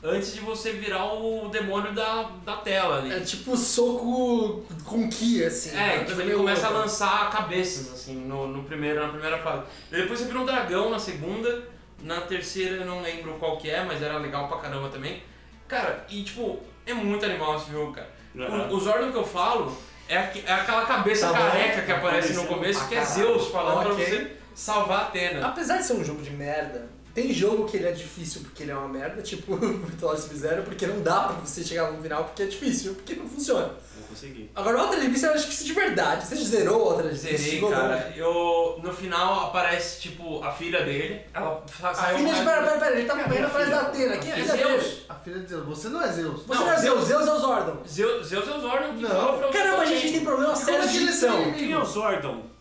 F: Antes de você virar o demônio da, da tela ali.
A: É tipo soco com ki, assim.
F: É,
A: uma
F: tipo,
A: coisa
F: ele
A: meio
F: começa a
A: louca.
F: lançar cabeças, assim, no, no primeiro, na primeira fase. E depois você vira um dragão na segunda, na terceira eu não lembro qual que é, mas era legal pra caramba também. Cara, e tipo, é muito animal esse jogo, cara.
C: Aham.
F: O, os órgãos que eu falo é, aque- é aquela cabeça
C: Tá bom.
F: careca que aparece no
C: Apareceu
F: começo,
C: pra
F: que é
C: caralho.
F: Zeus falando
A: Ok.
F: pra você salvar a Atena.
A: Apesar de ser um jogo de merda, tem jogo que ele é difícil porque ele é uma merda, tipo Virtual Sub-Zero, porque não dá pra você chegar no final porque é difícil, porque não funciona.
C: Não consegui.
A: Agora, o Altered Beast era é difícil de verdade. Você zerou o Altered Beast?
F: Zerei,
A: Chegou longe?
F: cara. Eu, no final aparece, tipo, a filha dele. Ela fa-
A: A
F: saiu
A: filha de...
F: mais-
A: Pera, pera, pera, ele tá correndo atrás da Atena. Quem é a
F: É
A: filha dele?
F: Zeus.
B: A filha de Zeus. Você não é Zeus.
A: Você
F: Não,
A: não é Zeus, Zeus é o Zordon.
F: Zeus, Zeus é o Zordon que
B: Não.
F: falou pra você
A: Caramba, a
F: também.
A: gente tem problema sério de
B: ele é seu
A: edição.
B: inimigo?
C: Quem é o Zordon?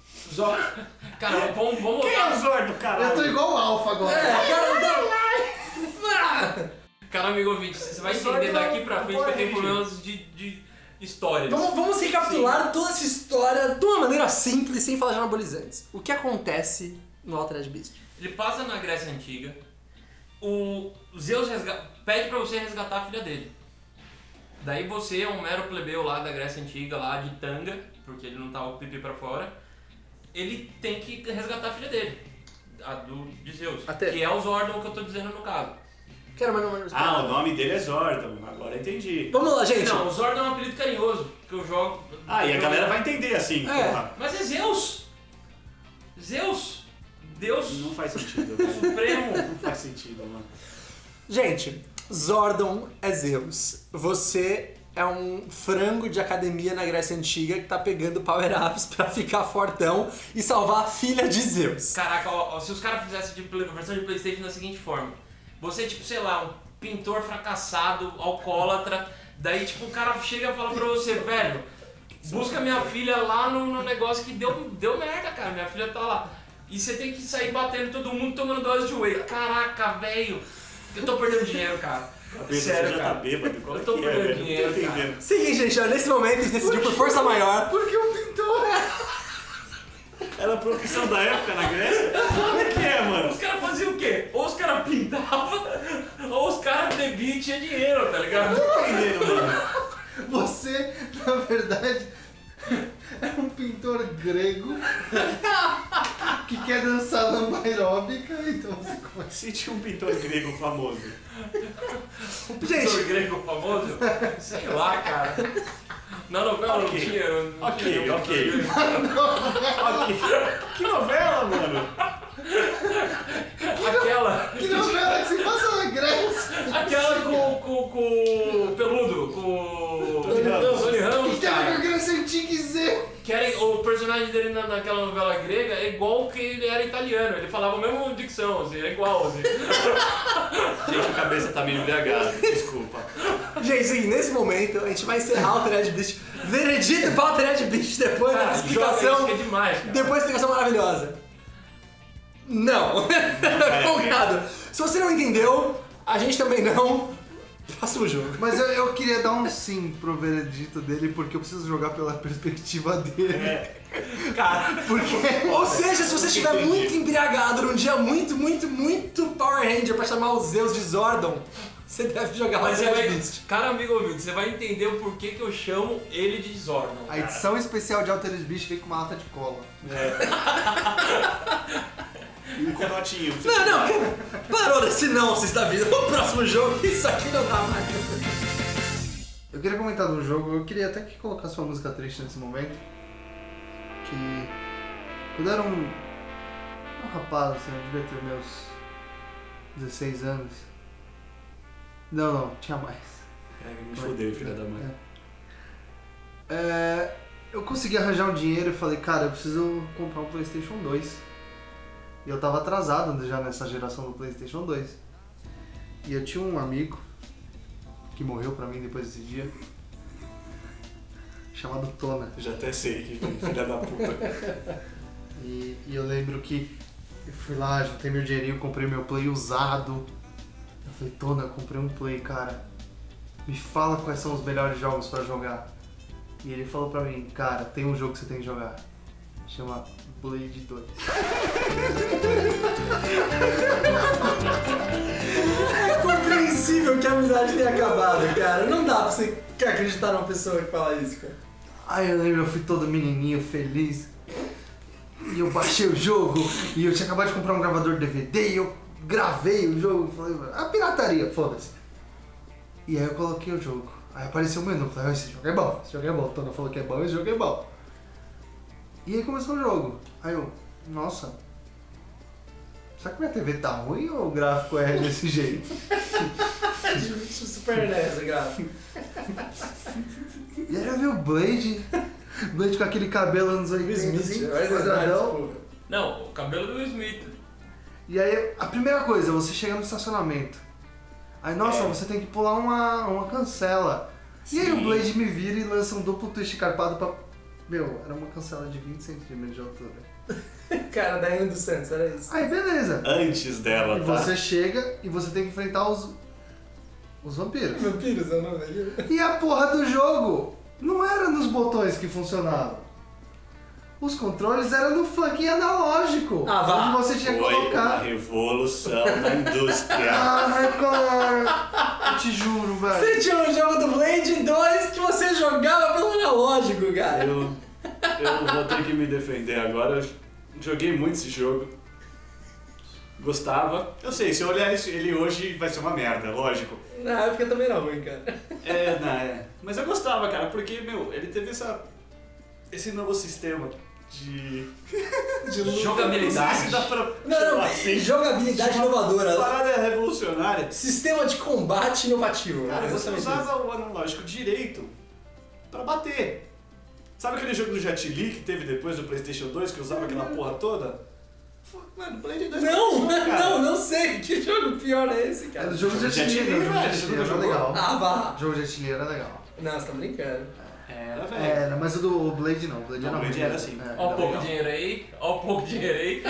F: Cara, vamos, vamos
C: Quem é o
F: voltar.
C: Zordon, caralho?
B: Eu tô igual o Alpha
A: É,
B: agora.
A: cara, não.
F: Cara, amigo ouvinte, você vai
C: Só
F: entender
C: não-
F: daqui pra
C: não
F: frente que eu tenho
C: corrige.
F: problemas de, de histórias.
C: Então-
A: Vamos, vamos recapitular toda essa história de uma maneira simples, sem falar de anabolizantes. O que acontece no Altered Beast?
F: Ele passa na Grécia Antiga, o Zeus resga- pede pra você resgatar a filha dele. Daí você é um mero plebeu lá da Grécia Antiga, lá de tanga, porque ele não tá o pipi pra fora. Ele tem que resgatar a filha dele, a do de Zeus,
A: Até-
F: que é o Zordon que eu tô dizendo no caso.
A: Quero mais ou menos.
C: Ah, o nome dele é Zordon, agora entendi.
A: Vamos lá, gente.
F: Não, o Zordon é um apelido carinhoso que eu jogo.
C: Ah, e a
F: eu-
C: galera vai entender assim,
A: É.
C: porra.
F: Mas é Zeus! Zeus! Deus
C: Não faz sentido, mano.
F: Supremo!
C: Não faz sentido, mano.
A: Gente, Zordon é Zeus. Você é um frango de academia na Grécia Antiga que tá pegando power-ups pra ficar fortão e salvar a filha de Zeus.
F: Caraca, ó, ó, se os caras fizessem de play- versão de Playstation da seguinte forma. Você é tipo, sei lá, um pintor fracassado, alcoólatra, daí tipo um cara chega e fala pra você, velho, busca minha filha lá no, no negócio que deu, deu merda, cara, minha filha tá lá. E você tem que sair batendo todo mundo tomando dose de whey. Caraca, velho, eu tô perdendo dinheiro, cara.
C: Você
F: Sério,
C: já tá
F: cara.
C: bêbado, qual
F: Eu tô
C: que é,
F: perdendo
C: velho? Não tô
F: dinheiro, cara.
C: entendendo.
A: Seguinte, gente, ó, nesse momento a gente decidiu por força maior.
B: Porque o um pintor
C: Era a profissão da época na Grécia? Como que é, mano?
F: Os caras faziam o quê? Ou os caras pintavam, ou os caras bebiam e tinha dinheiro, tá ligado?
C: Entendendo, mano.
B: Você, na verdade, é um pintor grego que quer dançar lamba aeróbica, então você começa.
C: Cite um pintor grego famoso.
F: Pintor grego famoso? Sei lá, cara. Na novela
C: Ok.
F: não tinha. não
C: Ok,
F: tinha um pintor
C: ok.
F: grego.
C: Ok. Que novela, mano?
F: Aquela.
B: Que novela que se passa na Grécia?
F: Aquela com, com, com o Peludo, com.
C: Tony Ramos.
F: Tony Ramos,
B: Que tava com a
F: cara.
B: Grécia Antiga e Zé.
F: Que era- o personagem dele na, naquela novela grega é igual que ele era italiano. Ele falava a mesma dicção, assim, é igual, assim.
C: Gente, a cabeça tá meio BH, desculpa.
A: Gente, seguinte, nesse momento a gente vai encerrar o Thread Beast. Veredito para o Thread Beast depois da
F: Cara,
A: explicação.
F: joga isso que é demais, cara.
A: Depois da explicação maravilhosa. Não.
F: É.
A: Folgado. Se você não entendeu, a gente também não. Passa o jogo.
B: Mas eu, eu queria dar um sim pro veredito dele, porque eu preciso jogar pela perspectiva dele.
A: Cara,
B: Porque
A: Ou seja, se você estiver
C: Entendi.
A: muito embriagado num dia muito, muito, muito Power Ranger pra chamar os Zeus de Zordon, você deve jogar mais
F: Mas você
A: Red
F: vai.
A: Beast.
F: Cara, amigo ouvido, você vai entender o porquê que eu chamo ele de Zordon.
B: a edição especial de Altered Beast vem com uma lata de cola.
C: E um conotinho. pra você
A: Não, não, cara, parou né? desse nonsense da vida. Vamos pro próximo jogo, isso aqui não dá mais.
B: Eu queria comentar de um jogo, eu queria até que colocasse uma música triste nesse momento. Que. Quando eu era um. um rapaz, assim, eu devia ter meus 16 anos. Não, não, tinha mais.
C: É, me fudeu, filha da mãe.
B: É, eu consegui arranjar um dinheiro e falei, cara, eu preciso comprar um Playstation 2. E eu tava atrasado já nessa geração do Playstation 2. E eu tinha um amigo que morreu pra mim depois desse dia. Chamado Tona.
C: Já até sei que filha da puta.
B: E, e eu lembro que eu fui lá, juntei meu dinheirinho, comprei meu play usado. Eu falei, Tona, eu comprei um play, cara. Me fala quais são os melhores jogos pra jogar. E ele falou pra mim, cara, tem um jogo que você tem que jogar. Chama Blade 2.
A: É compreensível que a amizade tenha acabado, cara. Não dá pra você acreditar numa pessoa que fala isso, cara.
B: Ai, eu lembro, eu fui todo menininho, feliz. E eu baixei o jogo, e eu tinha acabado de comprar um gravador DVD, e eu gravei o jogo. Falei, a pirataria, foda-se. E aí eu coloquei o jogo. Aí apareceu o menu, eu falei, "Ah, esse jogo é bom, esse jogo é bom. O Tona falou que é bom, esse jogo é bom. E aí começou o jogo. Aí eu, nossa, será que minha TV tá ruim ou o gráfico é desse jeito?
A: Super nessa, cara.
B: E aí eu vi o Blade, Blade com aquele cabelo anos 80,
A: é
B: assim, quadradão.
F: Não, o cabelo do Will Smith.
B: E aí, a primeira coisa, você chega no estacionamento. Aí, nossa, você tem que pular uma, uma cancela. E aí o
F: Sim.
B: Blade me vira e lança um duplo twist carpado pra... Meu, era uma cancela de 20 centímetros de altura.
A: Cara, da Anne dos Santos, era isso.
B: Aí, beleza.
C: Antes dela,
B: E
C: tá?
B: você chega e você tem que enfrentar os... Os vampiros.
A: Vampiros é o nome dele?
B: E a porra do jogo não era nos botões que funcionava. Os controles eram no flanquinho analógico.
A: Ah, vá.
B: Onde você tinha que
C: Foi uma
B: colocar.
C: revolução da indústria.
B: Ah, cara. te juro, velho.
A: Você tinha um jogo do Blade 2 que você jogava pelo analógico, cara.
C: Eu, eu vou ter que me defender agora. Joguei muito esse jogo. Gostava. Eu sei, se eu olhar isso- ele hoje vai ser uma merda, lógico.
A: Na época também era ruim, cara.
C: É, não, é. Mas eu gostava, cara, porque, meu, ele teve essa. esse novo sistema de. de luta.
F: Jogabilidade.
C: Não sei se dá pra.
A: Não, não,
C: chamar assim.
A: jogabilidade
C: Uma
A: inovadora.
C: Parada é revolucionária.
A: Sistema de combate inovativo.
C: Cara,
A: né?
C: você
A: Exatamente isso.
C: usava o analógico direito pra bater. Sabe aquele jogo do Jet Li que teve depois do PlayStation 2 que usava aquela porra toda? Foi- Mano, Blade 2
A: Uhum. Não,
C: passou, cara.
A: não, não sei. Que jogo pior é esse,
B: Era
A: cara?
B: o jogo de
C: Jet Li,
B: Jet Li, era né, o jogo
C: velho,
B: de
C: você
B: Jet Li,
C: nunca
B: era
C: jogou?
B: legal.
A: Ah, vá.
B: O jogo de Jet Li era legal.
A: Não, você tá brincando.
C: Ah, Era, É, velho.
B: Era, mas o do Blade não, o Blade
C: Não,
B: era
C: o Blade
B: ruim.
C: era assim.
B: É,
F: Ó o pouco
C: legal.
F: dinheiro aí, ó o pouco dinheiro aí.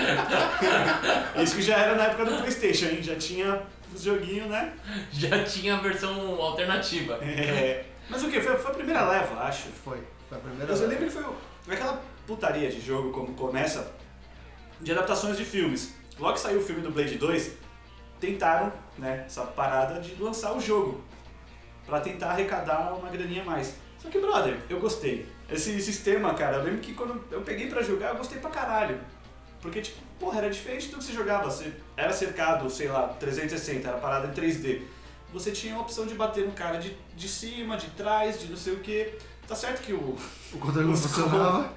A: É.
C: Isso que já era na época do PlayStation, hein? Já tinha os joguinhos, né?
F: Já tinha a versão alternativa.
C: É. Mas o que? Foi, foi a primeira leva, acho.
B: Foi, foi a primeira.
C: Mas eu lembro que foi o- é aquela putaria de jogo, como começa, de adaptações de filmes. Logo que saiu o filme do Blade 2, tentaram, né, essa parada de lançar o jogo. Pra tentar arrecadar uma graninha a mais. Só que, brother, eu gostei. Esse sistema, cara, eu lembro que quando eu peguei pra jogar, eu gostei pra caralho. Porque, tipo, porra, era diferente do que você jogava. Você era cercado, sei lá, 360, era parada em 3D. Você tinha a opção de bater no cara de, de cima, de trás, de não sei o que. Tá certo que o,
B: O controle não
C: Os
B: funcionava.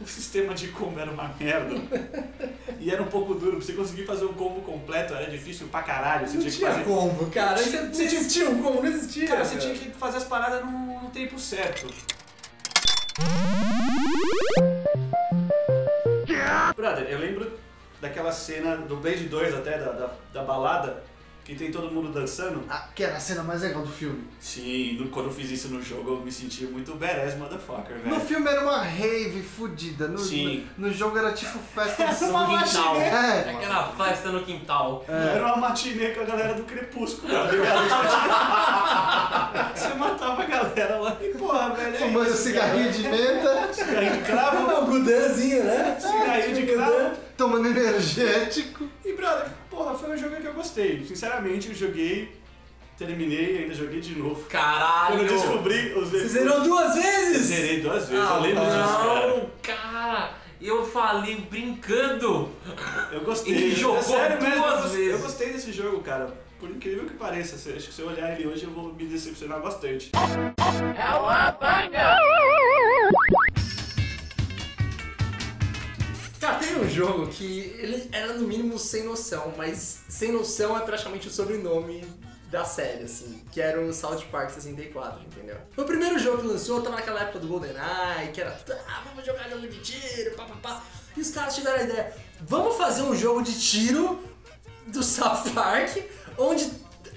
C: o sistema de combo era uma merda. e era um pouco duro, pra você conseguir fazer um combo completo era difícil pra caralho. Você
A: Não
C: tinha que
A: tinha
C: fazer.
A: combo, cara. Você não existia um combo, não existia.
C: Cara, você tinha que fazer as paradas no, no tempo certo. Brother, eu lembro daquela cena do Blade 2 até, da, da, da balada, que tem todo mundo dançando.
B: Ah, que era a cena mais legal do filme.
C: Sim, no- quando eu fiz isso no jogo eu me senti muito badass motherfucker,
B: No
C: velho.
B: filme era uma rave fudida. No,
C: É. Sim.
B: no, no jogo era tipo festa de
C: Era uma
B: sangue.
C: matinê.
B: É, mano.
F: Aquela festa no quintal.
C: Era uma matinê com a galera do Crepúsculo, tá ligado? Você matava a galera lá e porra, velho. é
B: fumando
C: isso, cara.
B: cigarrinho de menta,
C: Cigarrinho de cravo,
A: Não, o Gudanzinho, É né?
C: cigarrinho de cravo.
B: tomando energético.
C: E, brother, porra, foi um jogo que eu gostei. Sinceramente, eu joguei, terminei, ainda joguei de novo. Quando eu
F: Caralho!
C: descobri os
A: Você zerou duas vezes?
C: Zerei duas vezes,
A: Ah,
C: eu lembro disso, cara.
F: Não, cara! Eu falei brincando!
C: Eu gostei.
F: Ele jogou
C: é sério mesmo,
F: duas
C: eu-
F: vezes.
C: Eu gostei desse jogo, cara. Por incrível que pareça, se- acho que se eu olhar ele hoje eu vou me decepcionar bastante.
A: Cara, teve um jogo que ele era no mínimo sem noção, mas sem noção é praticamente o sobrenome da série, assim, que era o South Park 64, entendeu? Foi o primeiro jogo que lançou, tava naquela época do GoldenEye, que era tudo, ah, vamos jogar jogo de tiro, papapá. E os caras tiveram a ideia, vamos fazer um jogo de tiro do South Park, onde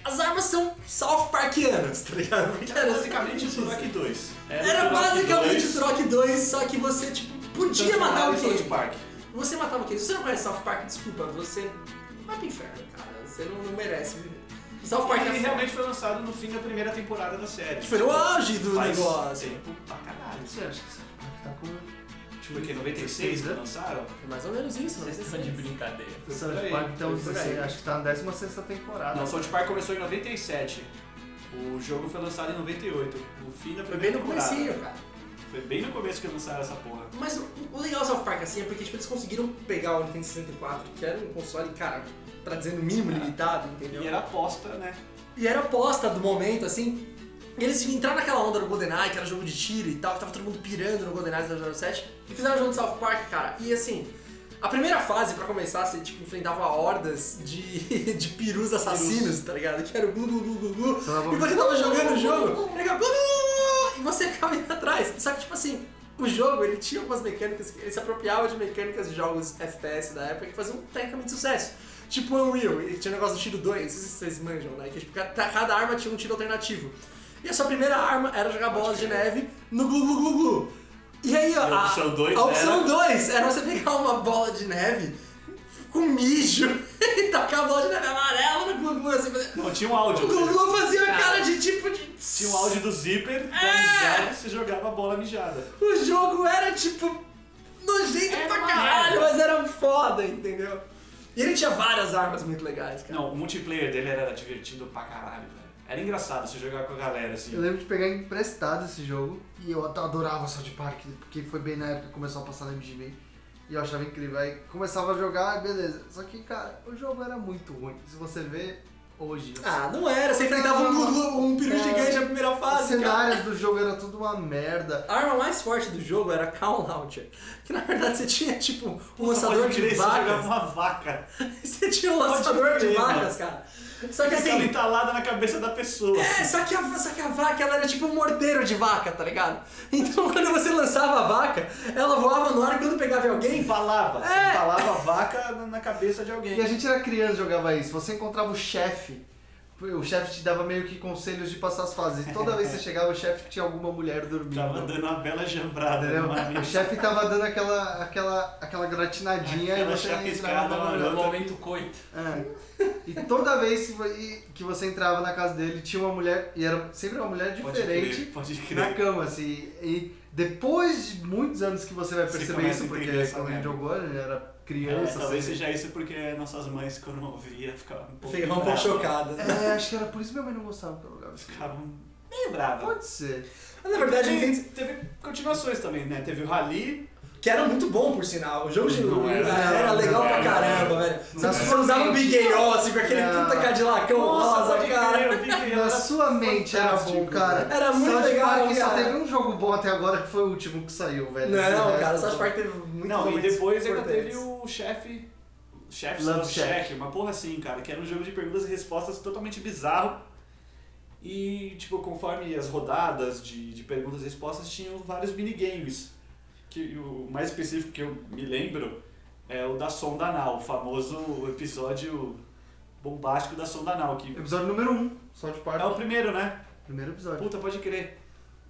A: as armas são South Parkianas, tá ligado? Porque era assim.
C: Basicamente o Turok 2.
A: Era
C: o Turok
A: basicamente
C: 2,
A: o Turok 2, só que você, tipo, podia
C: transformado
A: matar o
C: em
A: Kenny.
C: Então, tipo, South Park.
A: Você matava o Kenny. Se você não conhece South Park, desculpa, você vai pro inferno, cara. Você não, não merece viver. South Park
C: Ele
A: é
C: realmente foi lançado no fim da primeira temporada da série.
A: que foi o auge É do
C: Faz
A: negócio.
C: tempo pra caralho. Você acha que isso-
B: Tá com
C: Tipo, que 96 que lançaram?
A: Foi É mais ou menos isso, né? não
F: Vocês
A: sei
F: estão é de
A: se
F: brincadeira.
B: o né? South Park até os 16, acho que tá na 16 temporada.
C: Ah, Não, South Park começou em 97. O jogo foi lançado em 98. No fim da
A: Foi bem
C: primeira
A: no
C: temporada.
A: comecinho, cara.
C: Foi bem no começo que lançaram essa porra.
A: Mas o, o legal do South Park, assim, é porque tipo, eles conseguiram pegar o Nintendo 64, que era um console, cara, pra dizer no mínimo limitado, entendeu?
C: É. E era aposta, né?
A: E era a aposta do momento, assim. E eles entraram naquela onda do GoldenEye, que era jogo de tiro e tal, que tava todo mundo pirando no GoldenEye 007. E fizeram o jogo de South Park, cara. E assim, a primeira fase, pra começar, você tipo, enfrentava hordas de, de perus assassinos, tá ligado? Que era o glu glu glu glu glu.
B: Só dava
A: E
C: um
A: quando tava jogando o jogo, ele ficava glu, glu, glu, glu, e você ficava indo atrás. Só que tipo assim, o jogo, ele tinha algumas mecânicas, ele se apropriava de mecânicas de jogos FPS da época que faziam tecnicamente sucesso. Tipo Unreal, e tinha um negócio do tiro 2, não sei se vocês manjam, né? Que tipo, ca- cada arma tinha um tiro alternativo. E a sua primeira arma era jogar bolas de neve no glu glu glu glu. E aí, ó,
C: E a
A: a,
C: opção dois
A: a opção 2 era... é você pegar uma bola de neve com mijo e tacar a bola de neve amarela no glu glu assim. fazer-
C: Não, tinha um
A: O
C: áudio.
A: glu
C: Você-
A: glu fazia a cara de tipo de.
C: Tinha um áudio do zíper, da
A: É!
C: mijada, e você jogava a bola mijada.
A: O jogo era tipo nojento
F: Era
A: pra
F: uma
A: caralho,
F: merda.
A: mas era foda, entendeu? E ele tinha várias armas muito legais, cara.
C: Não, o multiplayer dele era divertido pra caralho, velho. Era engraçado você jogar com a galera,
B: Eu
C: assim.
B: lembro de pegar emprestado esse jogo e eu ad- adorava South Park, porque foi bem na época que começou a passar na MTV. E eu achava incrível. Aí começava a jogar, beleza. Só que, cara, o jogo era muito ruim. Se você vê hoje.
A: Ah, não era, você enfrentava um, guru- um peru
B: É.
A: gigante na primeira
B: Os
A: fase, cara.
B: cenários do jogo era tudo uma merda.
A: A arma mais forte do jogo era a Cow Launcher, que na verdade você tinha tipo um lançador
C: Pode
A: de
C: crer, você jogava
A: vacas.
C: uma vaca.
A: Você tinha um
C: Pode
A: lançador de
C: crer,
A: vacas, cara. Só que
C: Ficava
A: assim,
C: entalada na cabeça da pessoa. assim.
A: É, só que, a, só que a vaca ela era tipo um morteiro de vaca, tá ligado? Então quando você lançava a vaca, ela voava no ar e quando pegava em alguém.
C: Empalava. Você
A: É.
C: empalava a vaca na- na cabeça de alguém.
B: E a gente era criança e jogava isso. Você encontrava o chefe. O chefe te dava meio que conselhos de passar as fases. E toda vez que você chegava, o chefe tinha alguma mulher dormindo.
C: Tava dando uma bela jambrada né,
B: Entendeu?
C: numa
B: O
C: mesa.
B: chefe tava dando aquela, aquela, aquela gratinadinha
C: Aquela
B: e você
C: chapiscada
B: entrava
C: maroto.
B: na
D: No momento coito.
B: É. E toda vez que vo- e- que você entrava na casa dele, tinha uma mulher, e era sempre uma mulher
C: Pode
B: é diferente
C: crer, pode
B: na
C: crer.
B: cama, assim. E depois de muitos anos que você vai
C: Você
B: perceber
C: começa
B: isso,
C: a
B: porque é
C: entender essa
B: quando a gente
C: merda.
B: jogou, a gente né? era
C: É,
B: criança,
C: talvez
B: assim.
C: seja isso porque nossas mães, quando ouvia, ficavam um pouco.
A: Ficava um pouco
C: bravas.
A: chocada. né?
B: É, acho que era por isso que minha mãe não gostava que eu jogava. isso.
C: Ficavam meio bravas.
B: Pode ser.
A: Mas, na verdade,
C: Teve, teve continuações também, né? Teve o Rally.
A: que era muito bom por sinal. O jogo de
C: Não era,
A: era,
C: não
A: legal
C: era,
A: pra
C: não
A: caramba, velho. Você você usava o Big A.O. assim, com aquele
B: Não.
A: puta cadilacão rosa,
C: pode
A: cara.
C: crer, eu vi que
B: Na
C: era
B: sua mente era bom,
C: fantástico,
B: cara.
A: velho. Era muito
B: South
A: legal,
B: Park só
A: cara.
B: teve um jogo bom até agora, que foi o último que saiu, velho. O
A: Não,
B: resto-
A: cara, o South Park teve muito
C: Não, e
A: momentos
C: depois ainda
A: importantes.
C: teve o chefe. Chef
B: Love
C: Love
B: Shack.
C: Shack, uma porra assim, cara, que era um jogo de perguntas e respostas totalmente bizarro. E, tipo, conforme as rodadas de, de perguntas e respostas, tinham vários minigames. Que, o mais específico que eu me lembro é o da sonda anal, o famoso episódio bombástico da sonda anal, que
B: Episódio número 1, um, South Park.
C: é o primeiro, né?
B: Primeiro episódio.
C: Puta, pode crer.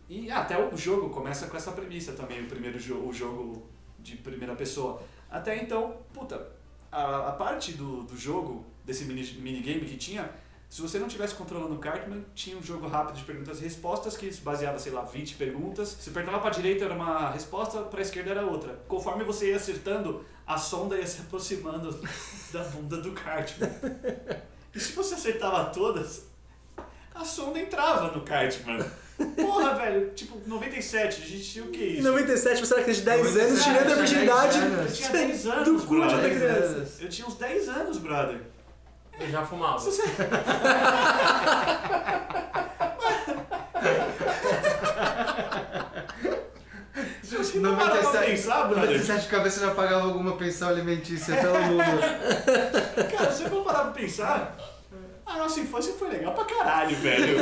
C: E até o jogo começa com essa premissa também, o primeiro jogo, o jogo de primeira pessoa. Até então, puta, a, a parte do, do jogo, desse mini, minigame que tinha, se você não tivesse controlando o Cartman, tinha um jogo rápido de perguntas e respostas, que se baseava, sei lá, 20 perguntas. Se apertava pra direita era uma resposta, pra esquerda era outra. Conforme você ia acertando, a sonda ia se aproximando da bunda do Cartman. E se você acertava todas, a sonda entrava no kart, mano. Porra, velho, tipo, 97, a gente tinha o que
A: Em
C: isso?
A: 97, você era criança de 10 anos,
C: Cara,
A: tirando a
B: eu tinha
A: virgindade
B: 10 anos.
C: Eu tinha 10 anos,
A: do cu
B: é
A: de outra
C: brother.
A: criança.
C: Eu tinha uns 10 anos, brother.
D: Eu já fumava.
C: Você não parava pra
B: 97.
C: pensar, brother.
B: 97 cabeça já pagava alguma pensão alimentícia pelo mundo.
C: Cara, se eu for parar pra pensar, a nossa infância foi legal pra caralho, velho.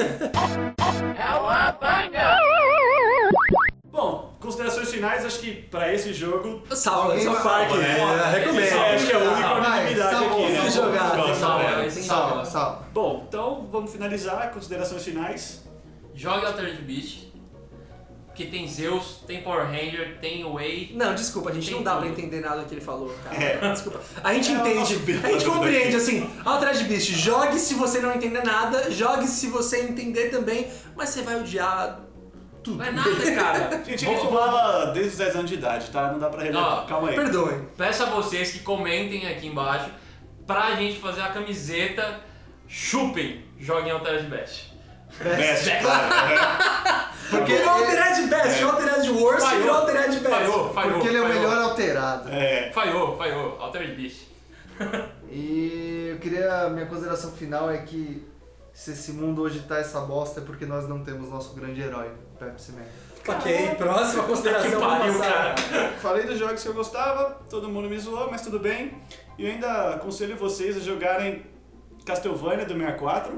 C: Bom, considerações finais, acho que pra esse jogo.
A: Salva,
B: Alguém
A: South
B: vai-
A: Park,
B: Salva, né?
A: É, eu
C: Esse é, acho que
A: recomendo. tá
C: é a única
B: Vai,
C: unanimidade
B: salva,
C: aqui, né?
A: vamos jogar,
C: Gosto,
D: salva,
C: velho.
D: esse
B: Salva, salva.
C: Bom, então vamos finalizar. Considerações finais.
D: Jogue Altered Beast. Que tem Zeus, tem Power Ranger, tem Way.
A: Não, desculpa, a gente não dá pra entender nada do que ele falou, cara. Desculpa. A gente
C: É, eu posso
A: entende, a gente
C: tudo
A: compreende,
C: aqui.
A: assim, Altered Beast, jogue se você não entender nada, jogue se você entender também, mas você vai odiar tudo.
D: Não é nada, cara.
C: Gente,
D: Vou-
C: ele fumava desde os 10 anos de idade, tá? Não dá pra relevar.
D: Ó,
C: Calma aí.
A: Perdoem.
D: Peço a vocês que comentem aqui embaixo pra gente fazer a camiseta. Chupem, joguem Altered Beast.
C: Best, cara.
B: Porque,
A: Virou Altered
C: É.
A: Best, virou Altered Worst, virou Altered Best.
D: Falhou, falhou.
B: porque ele é o
D: falhou.
B: melhor alterado.
C: É.
D: Falhou, falhou. Altered Beast.
B: E eu queria. Minha consideração final é que se esse mundo hoje tá essa bosta é porque nós não temos nosso grande herói, Pepsi Man.
A: Ok, próxima consideração.
D: Que pariu,
A: vamos lá.
D: cara.
C: Falei dos jogos que eu gostava, todo mundo me zoou, mas tudo bem. E eu ainda aconselho vocês a jogarem Castlevania do 64.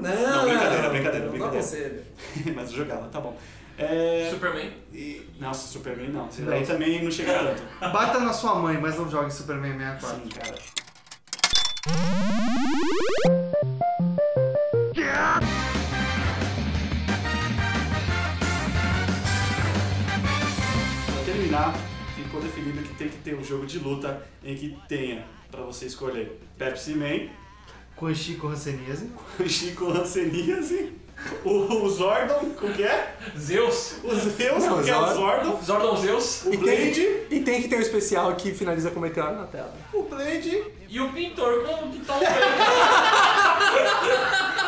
A: Não,
C: brincadeira, brincadeira,
A: não
C: brincadeira.
A: aconselho.
C: mas eu jogava, tá bom. É...
D: Superman.
C: E... Nossa, Superman não. Esse
B: Não.
C: daí também não chega tanto.
B: Bata na sua mãe, mas não jogue Superman 64.
C: Sim, cara. Pra terminar, ficou definido que tem que ter um jogo de luta em que tenha pra você escolher Pepsi Man,
B: Com Chico Hansenese.
C: o Chico Hanseníase, o Zordon, como que é?
D: Zeus.
C: O Zeus, como que é o Zordon?
D: Zordon Zeus.
C: O
A: E tem,
C: Blade,
A: e tem que ter um especial que finaliza com o meteoro na tela.
C: o Blade
D: E o pintor com que tá um